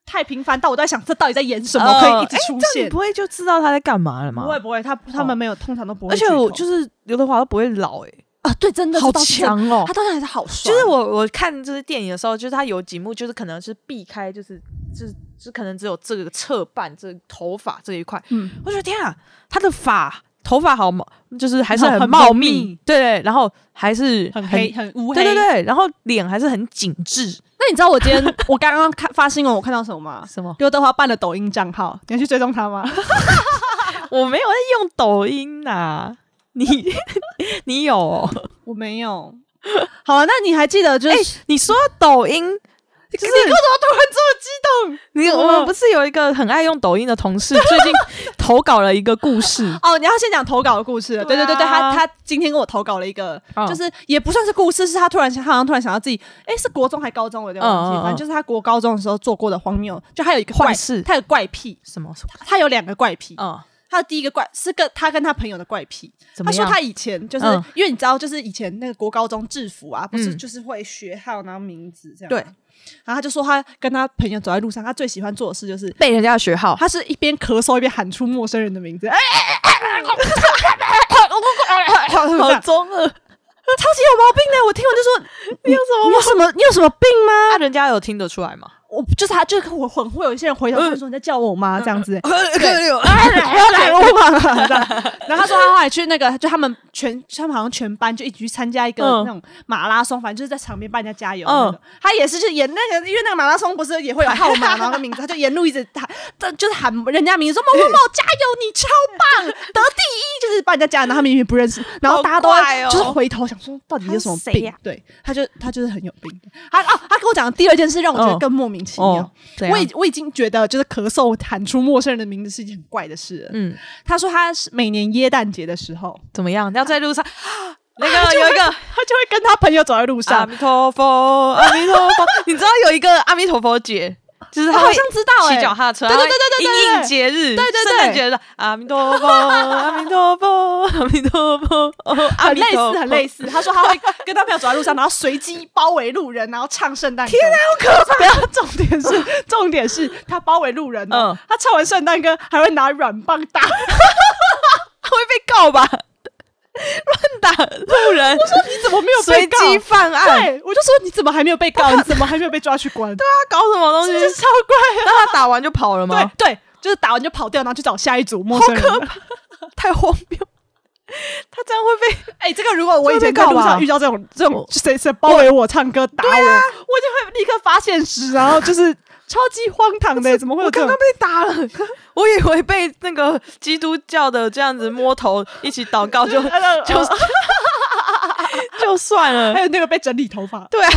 Speaker 2: 太频繁到我都在想这到底在演什么，
Speaker 1: 呃
Speaker 2: 可以一直出
Speaker 1: 这样
Speaker 2: 现
Speaker 1: 你不。会就知道他在干嘛了吗？
Speaker 2: 不会不会，他他们没有，通常都不会
Speaker 1: 而
Speaker 2: 剧
Speaker 1: 且
Speaker 2: 透。
Speaker 1: 我就是刘德华都不会老哎、
Speaker 2: 啊，对，真的
Speaker 1: 好
Speaker 2: 这倒是真的
Speaker 1: 强哦
Speaker 2: 他当然还是好帅，
Speaker 1: 就是我我看这些电影的时候，就是他有几幕就是可能是避开，就是就是就是可能只有这个侧半这个头发这一块，
Speaker 2: 嗯
Speaker 1: 我觉得天啊，他的发头发好茂，就是还是
Speaker 2: 很很
Speaker 1: 茂
Speaker 2: 茂密
Speaker 1: 对对，然后还是
Speaker 2: 很黑很乌黑。
Speaker 1: 对对对，然后脸还是很紧致，
Speaker 2: 那你知道我今天我刚刚看发新闻，我看到什么 吗？
Speaker 1: 什么？
Speaker 2: 刘德华办了抖音账号，你要去追踪他吗？
Speaker 1: 我没有在用抖音呐、你 你有、哦？
Speaker 2: 我没有。好啊，那你还记得就是、
Speaker 1: 你说到抖音，就是
Speaker 2: 你为什么突然这么激动？
Speaker 1: 你我们不是有一个很爱用抖音的同事，最近投稿了一个故事，
Speaker 2: 哦，你要先讲投稿的故事了。对
Speaker 1: 对
Speaker 2: 对
Speaker 1: 啊哦
Speaker 2: 对对，他他今天跟我投稿了一个，
Speaker 3: 嗯
Speaker 2: 就是也不算是故事，是他突然想，他好像突然想到自己，诶，是国中还高中，我有点忘
Speaker 1: 嗯
Speaker 2: 记，
Speaker 1: 嗯嗯
Speaker 2: 反正就是他国高中的时候做过的荒谬，就他有一个怪
Speaker 1: 坏事
Speaker 2: 他有怪癖，
Speaker 1: 什么什么？
Speaker 2: 他有两个怪癖，
Speaker 1: 嗯，
Speaker 2: 他的第一个怪是跟他跟他朋友的怪癖，
Speaker 1: 怎
Speaker 2: 他
Speaker 1: 么
Speaker 2: 说
Speaker 1: 样？
Speaker 2: 他以前就是、
Speaker 1: 嗯
Speaker 2: 因为你知道，就是以前那个国高中制服啊，不是
Speaker 1: 嗯
Speaker 2: 就是会学号然后名字这样。
Speaker 1: 对。
Speaker 2: 然后他就说他跟他朋友走在路上，他最喜欢做的事就是，
Speaker 1: 被人家的学号，
Speaker 2: 他是一边咳嗽一边喊出陌生人的名字，哎、
Speaker 1: 好
Speaker 2: 是不是
Speaker 1: 中二。
Speaker 2: 超级有毛病的。我听完就说，你有什么你有什么病吗？
Speaker 1: 那人家有听得出来吗？
Speaker 2: 我就是他，就是我很会有一些人回头问说你在叫我吗？这样子，
Speaker 1: 对，
Speaker 2: 要来我忘了。 这样然后他说他后来去那个，就他们全，他们好像全班就一起去参加一个
Speaker 1: 嗯
Speaker 2: 那种马拉松，反正就是在场边帮人家加油。
Speaker 1: 嗯
Speaker 2: 嗯，他也是就是演那个，因为那个马拉松不是也会有号码，然后跟名字，他就沿路一直喊，他就是喊人家名字说某某某加油，你超棒，得第一，就是帮人家加油，然后他明明不认识， 然后大家都
Speaker 1: 好怪哦
Speaker 2: 就是回头想说到底有什么
Speaker 1: 他是谁啊
Speaker 2: 病
Speaker 1: 呀？
Speaker 2: 对，他就他就是很有病。他哦，他跟我讲的第二件事让我觉得
Speaker 1: 嗯
Speaker 2: 更莫名其妙。
Speaker 1: 哦，怎样
Speaker 2: 我已我已经觉得，就是咳嗽喊出陌生人的名字是一件很怪的事了。
Speaker 1: 嗯，
Speaker 2: 他说他是每年耶诞节的时 候，
Speaker 1: 怎么样？要在路上，那
Speaker 2: 他
Speaker 1: 个
Speaker 2: 就
Speaker 1: 有一个
Speaker 2: 他就会跟他朋友走在路
Speaker 1: 阿
Speaker 2: 上，
Speaker 1: 弥陀佛，阿弥陀佛，你知道有一个阿弥陀佛节，就是
Speaker 2: 我
Speaker 1: 他
Speaker 2: 好
Speaker 1: 会
Speaker 2: 像知道、欸，
Speaker 1: 骑脚踏车，
Speaker 2: 对对
Speaker 1: 然后
Speaker 2: 对对对对
Speaker 1: 阴影节日，
Speaker 2: 对对对
Speaker 1: 圣诞节的阿弥陀佛，阿弥陀佛，阿弥陀佛，哦，阿
Speaker 2: 很
Speaker 1: 弥
Speaker 2: 类
Speaker 1: 陀
Speaker 2: 似，
Speaker 1: 佛
Speaker 2: 很类 似。他说他会跟他朋友走在路上，然后随机包围路人，然后唱圣诞歌。天啊，好可怕！然后重点是，重点是他包围路人、哦，
Speaker 1: 嗯
Speaker 2: 他唱完圣诞歌还会拿软棒打。
Speaker 1: 会被告吧？ 乱打路人，
Speaker 2: 你怎么没有
Speaker 1: 随
Speaker 2: 被告？
Speaker 1: 机犯案，
Speaker 2: 对，我就说你怎么还没有被告？你怎么还没有被抓去关？对啊，
Speaker 1: 他搞什么东西？
Speaker 2: 这超怪啊
Speaker 1: 然后他打完就跑了吗？
Speaker 2: 对对，就是打完就跑掉，然后去找下一组陌
Speaker 1: 好
Speaker 2: 生人。
Speaker 1: 可怕，太荒谬！ 他这样会 被
Speaker 2: 哎、这个如果我啊以前
Speaker 1: 这会被
Speaker 2: 在
Speaker 1: 告
Speaker 2: 路
Speaker 1: 吧
Speaker 2: 上遇到这种这种谁谁包围我唱歌打我，我就会立刻发现实，然后就是超级荒唐 的，怎么会有
Speaker 1: 我
Speaker 2: 这
Speaker 1: 刚刚？
Speaker 2: 种
Speaker 1: 被打了， 我以为被那个基督教的这样子摸头一起祷告 就
Speaker 2: 呃
Speaker 1: 就 就算了
Speaker 2: 还。有那个被整理头发。
Speaker 1: 对啊，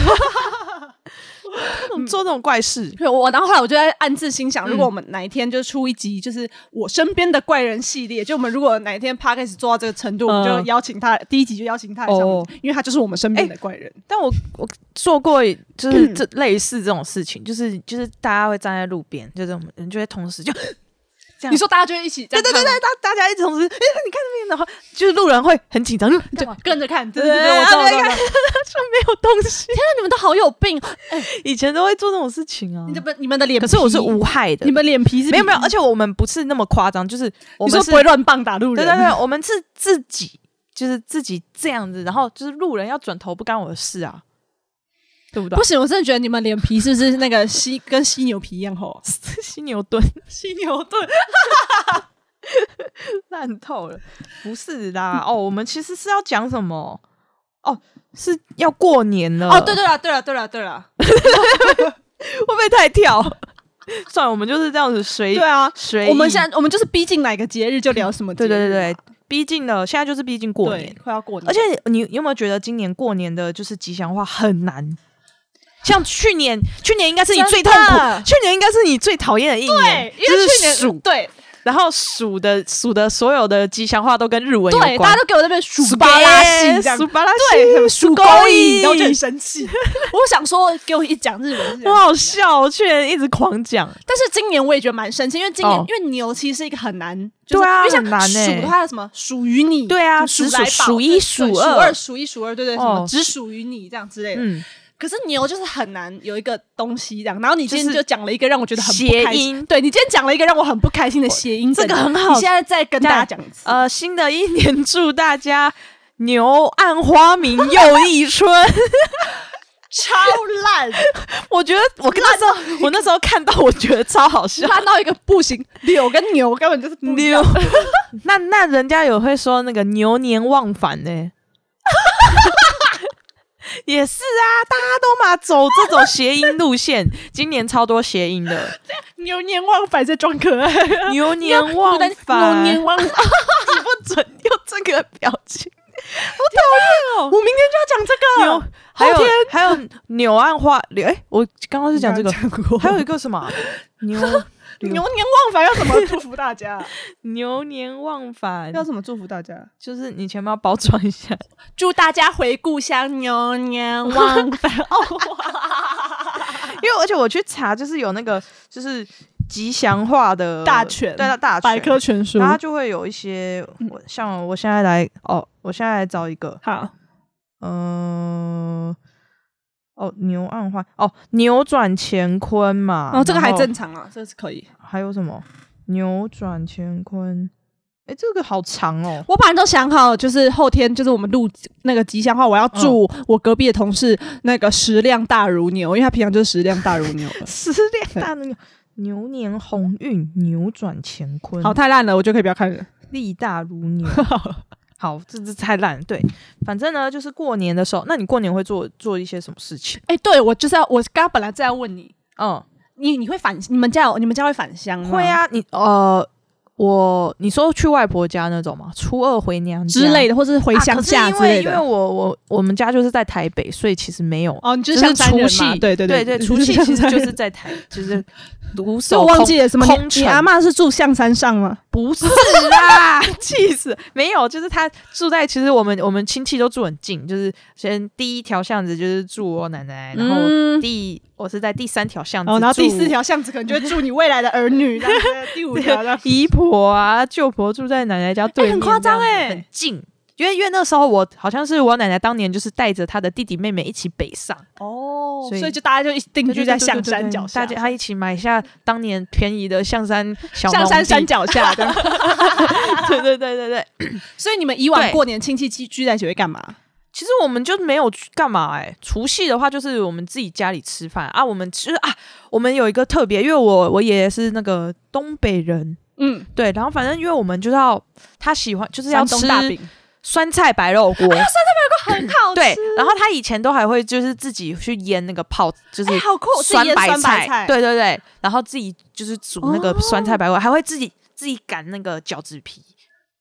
Speaker 1: 做这种怪事，
Speaker 2: 对，我然后后来我就在暗自心想，
Speaker 1: 嗯
Speaker 2: 如果我们哪一天就出一集，就是我身边的怪人系列，就我们如果哪一天 p o d c a s 做到这个程度，我们就
Speaker 1: 嗯
Speaker 2: 邀请他第一集就邀请他来上我们
Speaker 1: 哦
Speaker 2: 节目，因为他就是我们身边的怪人。
Speaker 1: 但我我做过 就是这类似这种事情，就是就是大家会站在路边，就这种人就会同 时就这样
Speaker 2: 你说大家就一起这
Speaker 1: 对对
Speaker 2: 样看
Speaker 1: 对
Speaker 2: 吗，
Speaker 1: 对，大大家一直同时，哎、 你看这边，然后就是路人会很紧张，就就
Speaker 2: 就跟着看，对
Speaker 1: 对
Speaker 2: 对对，我知道，我知道。
Speaker 1: 对
Speaker 2: 我知道
Speaker 1: 没有东西。
Speaker 2: 天啊，你们都好有病！
Speaker 1: 以前都会做这种事情啊
Speaker 2: 你，怎么你们的脸皮？
Speaker 1: 可是我是无害的
Speaker 2: 你，们脸皮是
Speaker 1: 没有没有，而
Speaker 2: 且
Speaker 1: 且我们不是那么夸张，就是我
Speaker 2: 你
Speaker 1: 们
Speaker 2: 说
Speaker 1: 是
Speaker 2: 不会乱棒打路
Speaker 1: 对
Speaker 2: 人，
Speaker 1: 对对，我们是自己就是自己这样子，然后就是路人要转头不干我的事啊，对不对
Speaker 2: 不？行，我真的觉得你们脸皮是不是那个犀跟犀牛皮一样厚？
Speaker 1: 犀牛蹲，
Speaker 2: 犀牛对，
Speaker 1: 烂透了，不是啦，哦，我们其实是要讲什么？哦，是要过年了
Speaker 2: 哦，对对了，对了对了对了，
Speaker 1: 会不会太跳？ 算了，我们就是这样子随
Speaker 2: 对啊，
Speaker 1: 随意。
Speaker 2: 我们现在我们就是逼近哪个节日就聊什么
Speaker 1: 对
Speaker 2: 节日嘛，
Speaker 1: 对对对，逼近了，现在就是逼近过
Speaker 2: 对
Speaker 1: 年，
Speaker 2: 快要过年，
Speaker 1: 而且你有没有觉得今年过年的就是吉祥话很难？像去年，去年应该是你最痛苦
Speaker 2: 真的，
Speaker 1: 去年应该是你最讨厌的一年
Speaker 2: 对，，因
Speaker 1: 就
Speaker 2: 为去
Speaker 1: 是
Speaker 2: 年
Speaker 1: 鼠，
Speaker 2: 对
Speaker 1: 然后鼠的鼠的所有的吉祥话都跟日文有
Speaker 2: 对，大
Speaker 1: 关
Speaker 2: 家，都给我那边数
Speaker 1: 鼠
Speaker 2: 巴拉西这样
Speaker 1: 鼠。巴拉
Speaker 2: 对，什么
Speaker 1: 西，
Speaker 2: 数
Speaker 1: 勾
Speaker 2: 哎勾
Speaker 1: 引
Speaker 2: 引，然后我就很生气。 我想说，给 我一讲日文，日 文
Speaker 1: 很好笑，我去年一直狂讲，
Speaker 2: 但是今年我也觉得蛮生气，因为今年、
Speaker 1: 哦
Speaker 2: 因为牛其实是一个很难，就是、
Speaker 1: 对啊
Speaker 2: 因为像
Speaker 1: 很难欸
Speaker 2: 鼠的话有什么属于你，
Speaker 1: 对啊
Speaker 2: 什么
Speaker 1: 只
Speaker 2: 鼠来
Speaker 1: 属
Speaker 2: 宝
Speaker 1: 数一
Speaker 2: 对对
Speaker 1: 数
Speaker 2: 数
Speaker 1: 二
Speaker 2: 二，数一数二，对对，什
Speaker 1: 哦
Speaker 2: 么只属于你这样之类的。
Speaker 1: 嗯，
Speaker 2: 可是牛就是很难有一个东西这样，然后你今
Speaker 1: 就
Speaker 2: 天
Speaker 1: 是
Speaker 2: 就讲了一个让我觉得很不开
Speaker 1: 谐
Speaker 2: 心，
Speaker 1: 音
Speaker 2: 对你今天讲了一个让我很不开心的谐音梗，
Speaker 1: 这个很好
Speaker 2: 你现在再跟大家
Speaker 1: 但
Speaker 2: 讲 一次，
Speaker 1: 呃，新的一年祝大家牛暗花明又一春。
Speaker 2: 超烂，
Speaker 1: 我觉得我跟那时候，我那时候看到，我觉得超好笑。
Speaker 2: 烂到一个不行，柳跟牛根本就是不 一样
Speaker 1: 牛，那那人家有会说那个牛年忘返呢、 也是啊，大家都嘛走这种谐音路线，今年超多谐音的，
Speaker 2: 牛年忘返在装可爱，
Speaker 1: 牛年忘
Speaker 2: 牛
Speaker 1: 返，
Speaker 2: 年忘返，
Speaker 1: 不准用这个表情。
Speaker 2: 我明天就要讲 这个
Speaker 1: 牛，还有
Speaker 2: 后天
Speaker 1: 还有柳暗花，哎、我刚刚是讲这个， 还有一个什么 啊牛
Speaker 2: 牛年忘返要怎么祝福大 家？
Speaker 1: 牛年忘返，
Speaker 2: 怎么祝福大家？
Speaker 1: 就是你前面要包装一 下。
Speaker 2: 祝大家回故乡牛年忘返。
Speaker 1: 因为而且我去查，就是有那个就是吉祥话的
Speaker 2: 大全
Speaker 1: 对大全
Speaker 2: 百科全嗯书
Speaker 1: 然。后它就会有一些，我像我现在来哦，我现在来找一个，
Speaker 2: 好，
Speaker 1: 嗯、哦牛暗花哦扭转乾坤嘛，
Speaker 2: 哦，这个
Speaker 1: 然
Speaker 2: 还
Speaker 1: 后
Speaker 2: 正常啊，这个是可以。
Speaker 1: 还有什么扭转乾坤哎，这个好长哦，
Speaker 2: 我本来都想好了，就是后天就是我们录那个吉祥话，我要祝我隔壁的同事那个食量大如牛，因为他平常就是食量大如 牛了
Speaker 1: 十两大牛，牛年鸿运，扭转乾坤，
Speaker 2: 好，太烂了，我就可以不要看了。
Speaker 1: 力大如 牛。好，这这太烂了。对，反正呢，就是过年的时候，那你过年会做做一些什么事情？
Speaker 2: 哎、对我就是要，我刚刚本来正要问你，
Speaker 1: 嗯，
Speaker 2: 你你会返你们家有你们家会返乡吗？
Speaker 1: 会，啊，你呃，我你说去外婆家那种吗？初二回娘家
Speaker 2: 之类的，或者是回
Speaker 1: 啊
Speaker 2: 乡
Speaker 1: 可是
Speaker 2: 下
Speaker 1: 因
Speaker 2: 之
Speaker 1: 为
Speaker 2: 类
Speaker 1: 因
Speaker 2: 的。
Speaker 1: 为我我我们家就是在台北，所以其实没有。
Speaker 2: 哦，你就
Speaker 1: 就是是
Speaker 2: 像
Speaker 1: 除夕，
Speaker 2: 对对
Speaker 1: 对
Speaker 2: 对，
Speaker 1: 除夕其实就是
Speaker 2: 是。
Speaker 1: 在台， 就是独
Speaker 2: 所以
Speaker 1: 守
Speaker 2: 我忘记了什么，
Speaker 1: 空
Speaker 2: 你你阿
Speaker 1: 城
Speaker 2: 妈是住象山上吗？
Speaker 1: 不是啦， 气死！没有，就是他住在，其实我们我们亲戚都住很近，就是先第一条巷子就是住我奶奶，哎然后
Speaker 2: 嗯
Speaker 1: 第、我是在第三条巷子
Speaker 2: 哦，然后第
Speaker 1: 住
Speaker 2: 四条巷子可能就会住你未来的儿女，这样子第五条的。
Speaker 1: 姨婆啊、舅婆住在奶奶家对面、
Speaker 2: 很夸张
Speaker 1: 这样子
Speaker 2: 欸
Speaker 1: 哎很近。因为因为那时候我好像是我奶奶当年就是带着她的弟弟妹妹一起北上，
Speaker 2: 哦
Speaker 1: 所以
Speaker 2: 所以就大家就一起
Speaker 1: 嗯
Speaker 2: 定居在象山脚下，
Speaker 1: 大家她一起买下当年便宜的象山小
Speaker 2: 象
Speaker 1: 农
Speaker 2: 山
Speaker 1: 地
Speaker 2: 山，脚下这样。
Speaker 1: 对对对对对。
Speaker 2: 所以你们以往
Speaker 1: 对
Speaker 2: 过年亲戚聚聚在一起会干嘛？
Speaker 1: 其实我们就没有去干嘛哎、除夕的话就是我们自己家里吃饭啊，我们吃啊，我们有一个特别，因为我我爷爷是那个东北人，
Speaker 2: 嗯，
Speaker 1: 对，然后反正因为我们就要他喜欢就是要
Speaker 2: 山
Speaker 1: 吃
Speaker 2: 东大饼
Speaker 1: 酸菜白肉 锅，
Speaker 2: 很好
Speaker 1: 对，然后他以前都还会就是自己去腌那个泡，就是
Speaker 2: 哎，好酷，自己
Speaker 1: 酸
Speaker 2: 腌
Speaker 1: 白
Speaker 2: 酸白菜，，
Speaker 1: 对对对，然后自己就是煮那个
Speaker 2: 哦
Speaker 1: 酸菜白肉，还会自己自己擀那个饺子皮，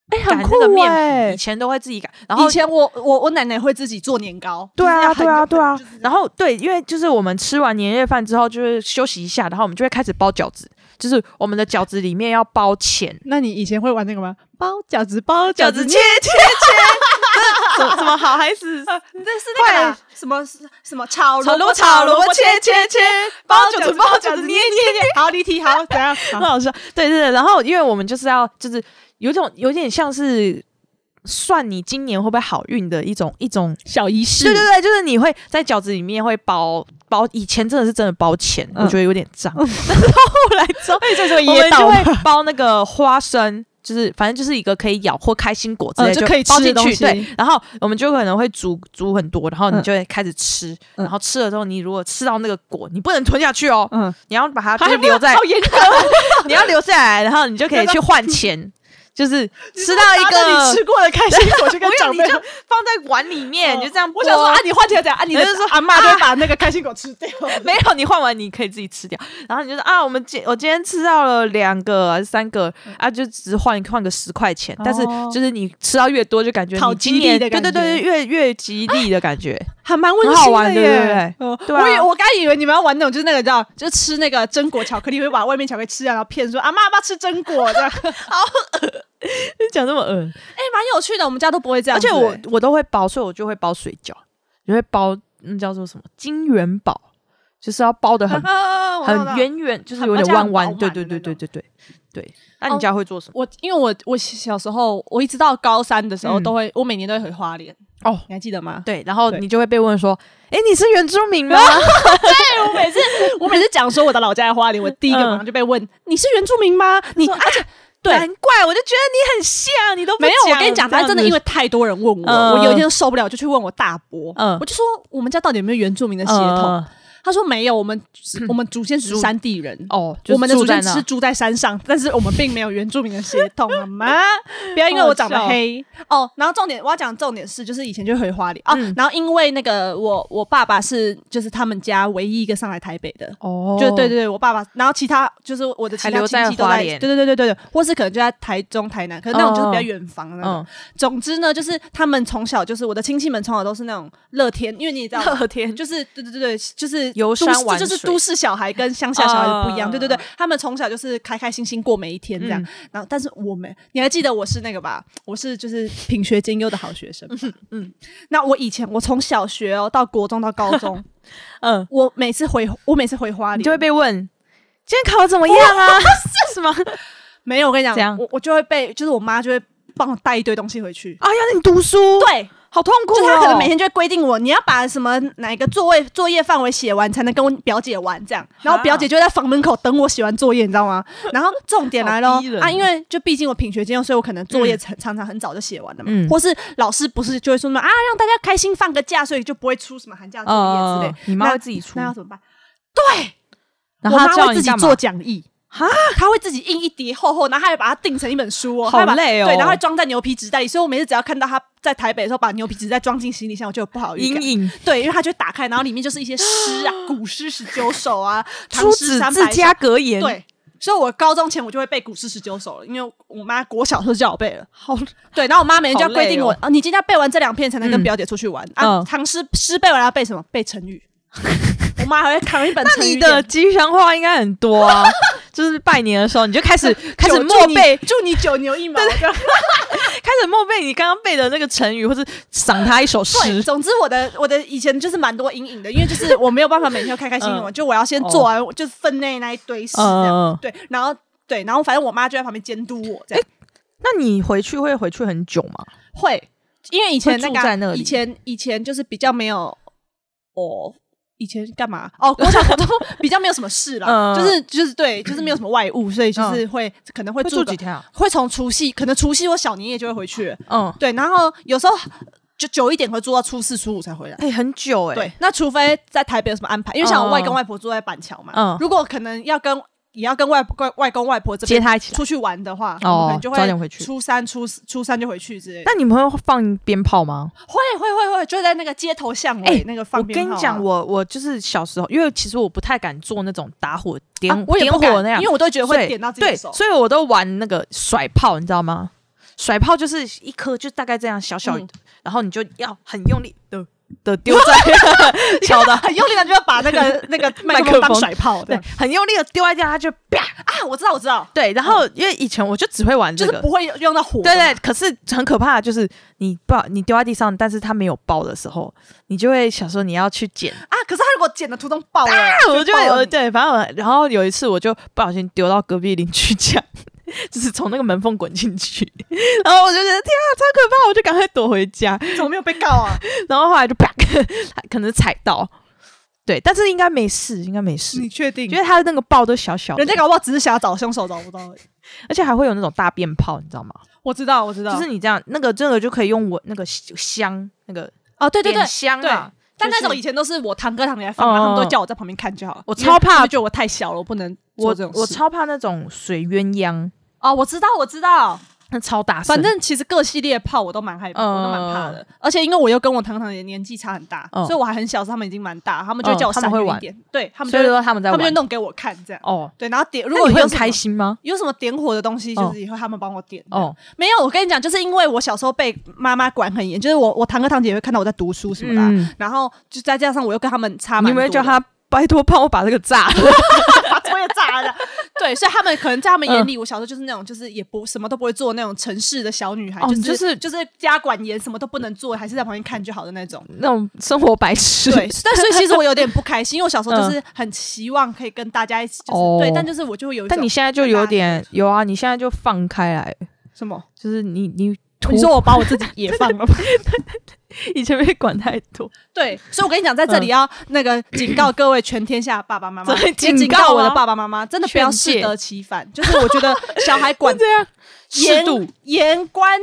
Speaker 2: 哎，
Speaker 1: 擀
Speaker 2: 很
Speaker 1: 那个
Speaker 2: 酷
Speaker 1: 面皮，
Speaker 2: 哎
Speaker 1: 以。前都会自己擀，然后
Speaker 2: 以前我我我奶奶会自己做年糕，
Speaker 1: 对啊，
Speaker 2: 就是
Speaker 1: 对
Speaker 2: 要
Speaker 1: 啊，
Speaker 2: 很
Speaker 1: 对啊。然
Speaker 2: 后
Speaker 1: 后对，因为就是我们吃完年夜饭之后，就是休息一下，然后我们就会开始包饺子，就是我们的饺子里面要包钱，
Speaker 2: 那你以前会玩那个吗？包饺子，包
Speaker 1: 切切 切，怎么怎么好孩子？
Speaker 2: 你这是那个
Speaker 1: 会
Speaker 2: 啦什么什么炒
Speaker 1: 炒
Speaker 2: 萝
Speaker 1: 萝
Speaker 2: 卜
Speaker 1: 炒萝
Speaker 2: 萝
Speaker 1: 卜
Speaker 2: 卜
Speaker 1: 切切切，包饺子包饺 子捏捏捏，
Speaker 2: 好离题，好怎样？
Speaker 1: 很好笑。对对对，然后因为我们就是要就是有一种有点像是。算你今年会不会好运的一种一种，
Speaker 2: 小仪式
Speaker 1: 对对对，就是你会在饺子里面会包包，以前真的是真的包钱，我
Speaker 2: 嗯
Speaker 1: 觉得有点脏， 但是后来之后
Speaker 2: 对，这是
Speaker 1: 我们就会包那个花生，就是反正就是一个可以咬或开心果之类，
Speaker 2: 嗯就可以
Speaker 1: 包
Speaker 2: 吃
Speaker 1: 进
Speaker 2: 的
Speaker 1: 去。
Speaker 2: 东
Speaker 1: 对
Speaker 2: 西，
Speaker 1: 然后我们就可能会煮煮很多，然后你就会开始吃，
Speaker 2: 嗯
Speaker 1: 然后吃了之后，你如果吃到那个果，你不能吞下去哦，
Speaker 2: 嗯，
Speaker 1: 你要把它就
Speaker 2: 还
Speaker 1: 是留在，
Speaker 2: 好严格，
Speaker 1: 你要留下来，然后你就可以去换钱，就是吃到一
Speaker 2: 你
Speaker 1: 个。
Speaker 2: 吃过的开心果就跟
Speaker 1: 不用，
Speaker 2: 长
Speaker 1: 你
Speaker 2: 辈
Speaker 1: 就。放在碗里面，你就这样剥。
Speaker 2: 我想说啊，你换起来怎样啊？你的
Speaker 1: 就是说
Speaker 2: 阿妈就会把那个开心果吃掉。
Speaker 1: 没有，你换完你可以自己吃掉。然后你就说啊，我们今我今天吃到了两个还是三个啊，就只是换换个十块钱，但是
Speaker 2: 嗯哦
Speaker 1: 就是你吃到越多，就感觉
Speaker 2: 讨
Speaker 1: 你今
Speaker 2: 吉利
Speaker 1: 年
Speaker 2: 的
Speaker 1: 对对
Speaker 2: 感
Speaker 1: 对，越越吉利的感 觉。
Speaker 2: 还蛮
Speaker 1: 馨的耶
Speaker 2: 很好玩，对对对。
Speaker 1: 嗯对啊
Speaker 2: 哦我以我刚以为你们要玩那种，就是那个叫，就是吃那个榛果巧克力，会把外面巧克力吃掉，然后骗说阿妈要不要吃榛果这样。 哎，
Speaker 1: 讲这么嗯，
Speaker 2: 蛮有趣的，我们家都不会这样
Speaker 1: 而
Speaker 2: 子。
Speaker 1: 且我
Speaker 2: 哎
Speaker 1: 我都会包，所以我就会包水饺，就会包那叫做什么金元宝，就是要包的很
Speaker 2: 啊 我知道
Speaker 1: 很圆圆，就是
Speaker 2: 很
Speaker 1: 有点
Speaker 2: 像
Speaker 1: 弯弯。
Speaker 2: 饱
Speaker 1: 对
Speaker 2: 满
Speaker 1: 对
Speaker 2: 的
Speaker 1: 对
Speaker 2: 那
Speaker 1: 对对对对。那
Speaker 2: 哦
Speaker 1: 你家会做什么？
Speaker 2: 我因为我我小时候，我一直到高三的时候
Speaker 1: 嗯
Speaker 2: 都会，我每年都会回花莲，
Speaker 1: 哦，
Speaker 2: 你还记得吗？
Speaker 1: 对，然后
Speaker 2: 对
Speaker 1: 你就会被问说：“哎，你是原住民吗？”
Speaker 2: 对我每次我每次讲说我的老家在花莲，我第一个
Speaker 1: 嗯
Speaker 2: 马上就被问、你是原住民吗？你而且对。
Speaker 1: 难怪我就觉得你很像，你都不
Speaker 2: 没有，我跟你讲，
Speaker 1: 这样
Speaker 2: 他
Speaker 1: 子
Speaker 2: 真的因为太多人问我，
Speaker 1: 嗯
Speaker 2: 我有一天受不了，就去问我大伯，
Speaker 1: 嗯
Speaker 2: 我就说我们家到底有没有原住民的血统？
Speaker 1: 嗯
Speaker 2: 他说没有，我们只我们祖先只是山地人，
Speaker 1: 哦，就是
Speaker 2: 我们的祖
Speaker 1: 住在
Speaker 2: 先
Speaker 1: 那
Speaker 2: 只是住在山上， 但是我们并没有原住民的血统，好吗？不要因为我长得黑哦。然后重点我要讲重点是，就是以前就回花莲哦、
Speaker 1: 嗯
Speaker 2: 然后因为那个我我爸爸是就是他们家唯一一个上来台北的。
Speaker 1: 哦
Speaker 2: 就对对对，我爸爸，然后其他就是我的其
Speaker 1: 还留
Speaker 2: 他
Speaker 1: 在
Speaker 2: 亲戚都
Speaker 1: 花
Speaker 2: 在，
Speaker 1: 莲
Speaker 2: 对对对对对对，或是可能就在台中、台南，可能那种就是比较远房的那种。
Speaker 1: 嗯，
Speaker 2: 总之呢，就是他们从小就是我的亲戚们从小都是那种乐天，因为你也知道
Speaker 1: 乐天
Speaker 2: 就是对对对对，就是
Speaker 1: 游
Speaker 2: 都市
Speaker 1: 山玩
Speaker 2: 这就是
Speaker 1: 水
Speaker 2: 都市小孩跟乡下小孩不一
Speaker 1: 嗯
Speaker 2: 样，对对对，他们从小就是开开心心过每一天这样。
Speaker 1: 嗯
Speaker 2: 然后，但是我们你还记得我是那个吧？我是就是品学兼优的好学生吧。嗯，那我以前我从小学哦到国中到高 中，
Speaker 1: 嗯，
Speaker 2: 我每次回我每次回花
Speaker 1: 你就
Speaker 2: 莲，
Speaker 1: 会被问今天考得怎么样啊？是什么？
Speaker 2: 没有我跟你
Speaker 1: 怎样
Speaker 2: 讲，我我就会被就是我妈就会帮我带一堆东西回去。
Speaker 1: 啊，要你读书，
Speaker 2: 对，
Speaker 1: 好痛苦、哦。
Speaker 2: 就他可能每天就会规定我，你要把什么哪个作业作业范围写完，才能跟我表姐玩这样。然后表姐就在房门口等我写完作业，你知道 吗？然后重点来
Speaker 1: 好
Speaker 2: 咯
Speaker 1: 逼人哦
Speaker 2: 啊，因为就毕竟我品学兼优，所以我可能作业常常常很早就写完了嘛。
Speaker 1: 嗯
Speaker 2: 或是老师不是就会说什么啊，让大家开心放个假，所以就不会出什么寒假作业之类。
Speaker 1: 呃，你妈
Speaker 2: 那
Speaker 1: 会自己出
Speaker 2: 那，要怎么办？对，
Speaker 1: 然后
Speaker 2: 我
Speaker 1: 她
Speaker 2: 妈
Speaker 1: 叫
Speaker 2: 会
Speaker 1: 你
Speaker 2: 自己
Speaker 1: 干嘛
Speaker 2: 做？讲义。
Speaker 1: 哈，
Speaker 2: 他会自己印一叠厚厚，然后他还把它订成一本书哦，
Speaker 1: 好
Speaker 2: 她还把
Speaker 1: 累哦
Speaker 2: 对，然后还装在牛皮纸袋里，所以我每次只要看到他在台北的时候把牛皮纸袋装进行李箱，我就有不好预
Speaker 1: 隐
Speaker 2: 感。
Speaker 1: 隐
Speaker 2: 对，因为他就会打开，然后里面就是一些诗 啊，古诗十九 首啊，唐
Speaker 1: 朱
Speaker 2: 诗
Speaker 1: 子
Speaker 2: 三
Speaker 1: 治
Speaker 2: 百
Speaker 1: 家格言，
Speaker 2: 首。，对，所以我高中前我就会背古诗十九首了，因为我妈国小的时候就叫我背了。
Speaker 1: 好
Speaker 2: 对，然后我妈每天就要规定我
Speaker 1: 好累
Speaker 2: 啊，你今天要背完这两篇才能跟
Speaker 1: 嗯
Speaker 2: 表姐出去玩啊。
Speaker 1: 嗯
Speaker 2: 唐诗诗背完了要背什么？背 成语。我妈还会扛一本
Speaker 1: 那
Speaker 2: 成语
Speaker 1: 你
Speaker 2: 典。
Speaker 1: 的吉祥话应该很多 啊，就是拜年的时候 你就开始开始
Speaker 2: 久
Speaker 1: 默
Speaker 2: 祝你
Speaker 1: 背，
Speaker 2: 祝你九牛一毛。啊这样
Speaker 1: 开始默背你刚刚背的那个成语，或是赏他一首
Speaker 2: 对，
Speaker 1: 诗。
Speaker 2: 总之我的我的以前就是蛮多阴影的，因为就是我没有办法每天都开开心心玩，就我要先做完就是分内那一堆事这样，
Speaker 1: 哦嗯，
Speaker 2: 对，然后对，然后反正我妈就在旁边监督我这样，
Speaker 1: 那你回去会回去很久吗？
Speaker 2: 会，因为以前那
Speaker 1: 会住在那
Speaker 2: 个啊
Speaker 1: 里
Speaker 2: 以前以前就是比较没有哦。以前干嘛？哦，国小国 中比较没有什么事啦，
Speaker 1: 嗯
Speaker 2: 就是就是对，就是没有什么外务，所以就是会、可嗯能会住个
Speaker 1: 天啊？
Speaker 2: 会从除夕，可能除夕或小年夜就会回去了，
Speaker 1: 嗯，
Speaker 2: 对，然后有时候就久一点会住到初四初五才回来。
Speaker 1: 哎，很久哎。
Speaker 2: 对，，那除非在台北有什么安排，因为像我外
Speaker 1: 嗯
Speaker 2: 公外婆住在板桥嘛，
Speaker 1: 嗯
Speaker 2: 如果可能要跟也要跟外外外公外婆这
Speaker 1: 接
Speaker 2: 边
Speaker 1: 他一起来。
Speaker 2: 出去玩的话，
Speaker 1: 哦
Speaker 2: 我们可能就会
Speaker 1: 早点回去
Speaker 2: 初三、初四、初三就回去之类的。
Speaker 1: 那你们会放鞭炮吗？
Speaker 2: 会会会会，就在那个街头巷尾、
Speaker 1: 哎
Speaker 2: 那个放
Speaker 1: 我
Speaker 2: 鞭
Speaker 1: 跟
Speaker 2: 炮啊、
Speaker 1: 你讲，我我就是小时候，因为其实我不太敢做那种打火点
Speaker 2: 啊我也
Speaker 1: 点
Speaker 2: 不敢
Speaker 1: 火那样
Speaker 2: 因为，我都会觉得会
Speaker 1: 对
Speaker 2: 点到自己
Speaker 1: 对，
Speaker 2: 的手。
Speaker 1: 所以我都玩那个甩炮，你知道吗？甩炮就是一颗就大概这样小小，
Speaker 2: 嗯
Speaker 1: 然后你就要很用力的的丢 在敲到，
Speaker 2: 很用力的就要把 那个那个 麦
Speaker 1: 麦
Speaker 2: 克
Speaker 1: 克
Speaker 2: 风当
Speaker 1: 风
Speaker 2: 甩炮，对
Speaker 1: 对，很用力的丢在这样，它就啪，
Speaker 2: 啊，我知道我知道，
Speaker 1: 对。然
Speaker 2: 嗯
Speaker 1: 后因为以前我就只会玩这
Speaker 2: 就是
Speaker 1: 个，
Speaker 2: 不会用到火的
Speaker 1: 对
Speaker 2: 嘛，
Speaker 1: 对。可是很可怕，的就是你不好你丢在地上，但是它没有爆的时候，你就会想说你要去捡，
Speaker 2: 啊，可是他如果剪的途中爆了，
Speaker 1: 我就
Speaker 2: 爆了
Speaker 1: 有
Speaker 2: 你
Speaker 1: 对，反正我然后有一次我就不小心丢到隔壁邻居家，就是从那个门缝滚进去，然后我就觉得天啊，超可怕，我就赶快躲回家，
Speaker 2: 你怎么没有被告啊？
Speaker 1: 然后后来就啪， 可能踩到，对，但是应该没事，应该没事，
Speaker 2: 你确定
Speaker 1: 因？为它的那个爆都小小的
Speaker 2: 人家，搞不好只是想要找凶手，找不到而已。
Speaker 1: 而且还会有那种大便泡，你知道吗？
Speaker 2: 我知道，我知道，
Speaker 1: 就是你这样那个这个就可以用我那个香那个
Speaker 2: 哦，对对对
Speaker 1: 点，香
Speaker 2: 对
Speaker 1: 啊，
Speaker 2: 但
Speaker 1: 就
Speaker 2: 那
Speaker 1: 是
Speaker 2: 种以前都是我堂哥堂姐来放
Speaker 1: 嗯
Speaker 2: 嘛，他们都
Speaker 1: 嗯嗯
Speaker 2: 叫我在旁边看就好。
Speaker 1: 我
Speaker 2: 因为
Speaker 1: 超怕
Speaker 2: 他们觉得我太小了，我不能做
Speaker 1: 我
Speaker 2: 这种事。
Speaker 1: 我超怕那种水鸳鸯，
Speaker 2: 哦，我知道，我知道。
Speaker 1: 那超大声，
Speaker 2: 反正其实各系列炮我都蛮害怕，
Speaker 1: 嗯
Speaker 2: 我都蛮怕的。而且因为我又跟我堂哥堂姐年纪差很大，
Speaker 1: 嗯
Speaker 2: 所以我还很小，时候他们已经蛮大，他们就会叫我
Speaker 1: 嗯他
Speaker 2: 闪
Speaker 1: 们会
Speaker 2: 远一
Speaker 1: 玩
Speaker 2: 点。对他们就
Speaker 1: 所以
Speaker 2: 会
Speaker 1: 说他们在
Speaker 2: 他们就
Speaker 1: 玩
Speaker 2: 弄给我看这样。
Speaker 1: 哦，
Speaker 2: 对，然后点，如
Speaker 1: 那
Speaker 2: 果
Speaker 1: 你会
Speaker 2: 有
Speaker 1: 很
Speaker 2: 什么
Speaker 1: 开心吗？
Speaker 2: 有什么点火的东西，
Speaker 1: 哦
Speaker 2: 就是也会他们帮我点。哦，
Speaker 1: 哦，
Speaker 2: 没有，我跟你讲，就是因为我小时候被妈妈管很严，就是我我堂哥堂姐也会看到我在读书什么的啊，
Speaker 1: 嗯
Speaker 2: 然后就再加上我又跟他们差
Speaker 1: 你
Speaker 2: 蛮
Speaker 1: 有
Speaker 2: 多
Speaker 1: 没
Speaker 2: 的，
Speaker 1: 有叫他拜托帮我把这个炸了？
Speaker 2: 把作业炸了？ 对，所以他们可能在他们
Speaker 1: 嗯
Speaker 2: 眼里，我小时候就是那种就是也不什么都不会做那种城市的小女孩，
Speaker 1: 哦
Speaker 2: 就是
Speaker 1: 就是
Speaker 2: 就是家管严，什么都不能做，还是在旁边看就好的那种。
Speaker 1: 那种生活白痴，
Speaker 2: 对，但所以其实我有点不开心，因为我小时候就是很期望可以跟大家一起，就
Speaker 1: 嗯
Speaker 2: 是、
Speaker 1: 哦
Speaker 2: 对，但就是我就会有一种
Speaker 1: 但你现在就有点有啊，你现在就放开来，
Speaker 2: 什么？
Speaker 1: 就是你你
Speaker 2: 你说我把我自己也 放了吗？
Speaker 1: 以前被管太多，
Speaker 2: 对，所以我跟你讲，在这里要那个警告各位全天下爸 爸妈妈，
Speaker 1: 对
Speaker 2: 也
Speaker 1: 警
Speaker 2: 警
Speaker 1: 告
Speaker 2: 我的
Speaker 1: 啊
Speaker 2: 爸爸妈妈，真的不要
Speaker 1: 劝
Speaker 2: 适
Speaker 1: 诫
Speaker 2: 得其反。就是我觉得小孩管
Speaker 1: 这样适
Speaker 2: 啊严
Speaker 1: 度，
Speaker 2: 严官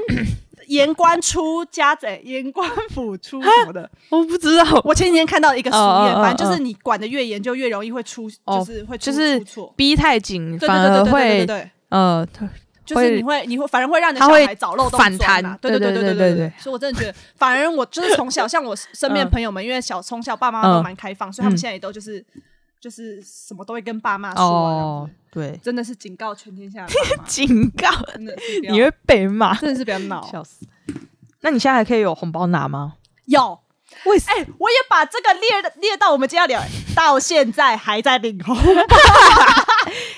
Speaker 2: 严官出家贼，严官府出什么的。
Speaker 1: 我不知道，
Speaker 2: 我前几天看到一个俗谚，
Speaker 1: 哦哦哦
Speaker 2: 反正就是你管的越严，就越容易会出，
Speaker 1: 哦
Speaker 2: 就是会出
Speaker 1: 就是
Speaker 2: 出错。
Speaker 1: 逼太紧
Speaker 2: 对
Speaker 1: 反
Speaker 2: 对
Speaker 1: 而
Speaker 2: 对对对对对
Speaker 1: 会
Speaker 2: 对，
Speaker 1: 呃，
Speaker 2: 就是你会你会反而会让你的
Speaker 1: 他
Speaker 2: 小
Speaker 1: 会
Speaker 2: 孩找漏洞
Speaker 1: 反弹
Speaker 2: 钻啊对对
Speaker 1: 对
Speaker 2: 对
Speaker 1: 对
Speaker 2: 对
Speaker 1: 对对
Speaker 2: 对。所以我真的觉得，反而我就是从小，像我身边的朋友们，因为小从小爸妈都
Speaker 1: 嗯
Speaker 2: 蛮开放，所以他们
Speaker 1: 嗯
Speaker 2: 现在也都就是就是什么都会跟爸妈说啊。这样
Speaker 1: 哦
Speaker 2: 子，
Speaker 1: 对，
Speaker 2: 真的是警告全天下的爸妈，
Speaker 1: 警告
Speaker 2: 真的是不
Speaker 1: 你
Speaker 2: 要，
Speaker 1: 会被骂，
Speaker 2: 真的是不要闹。
Speaker 1: 笑死。那你现在还可以有红包拿吗？
Speaker 2: 有，
Speaker 1: 为什
Speaker 2: 哎、我也把这个列列到我们今天要聊，到现在还在领红，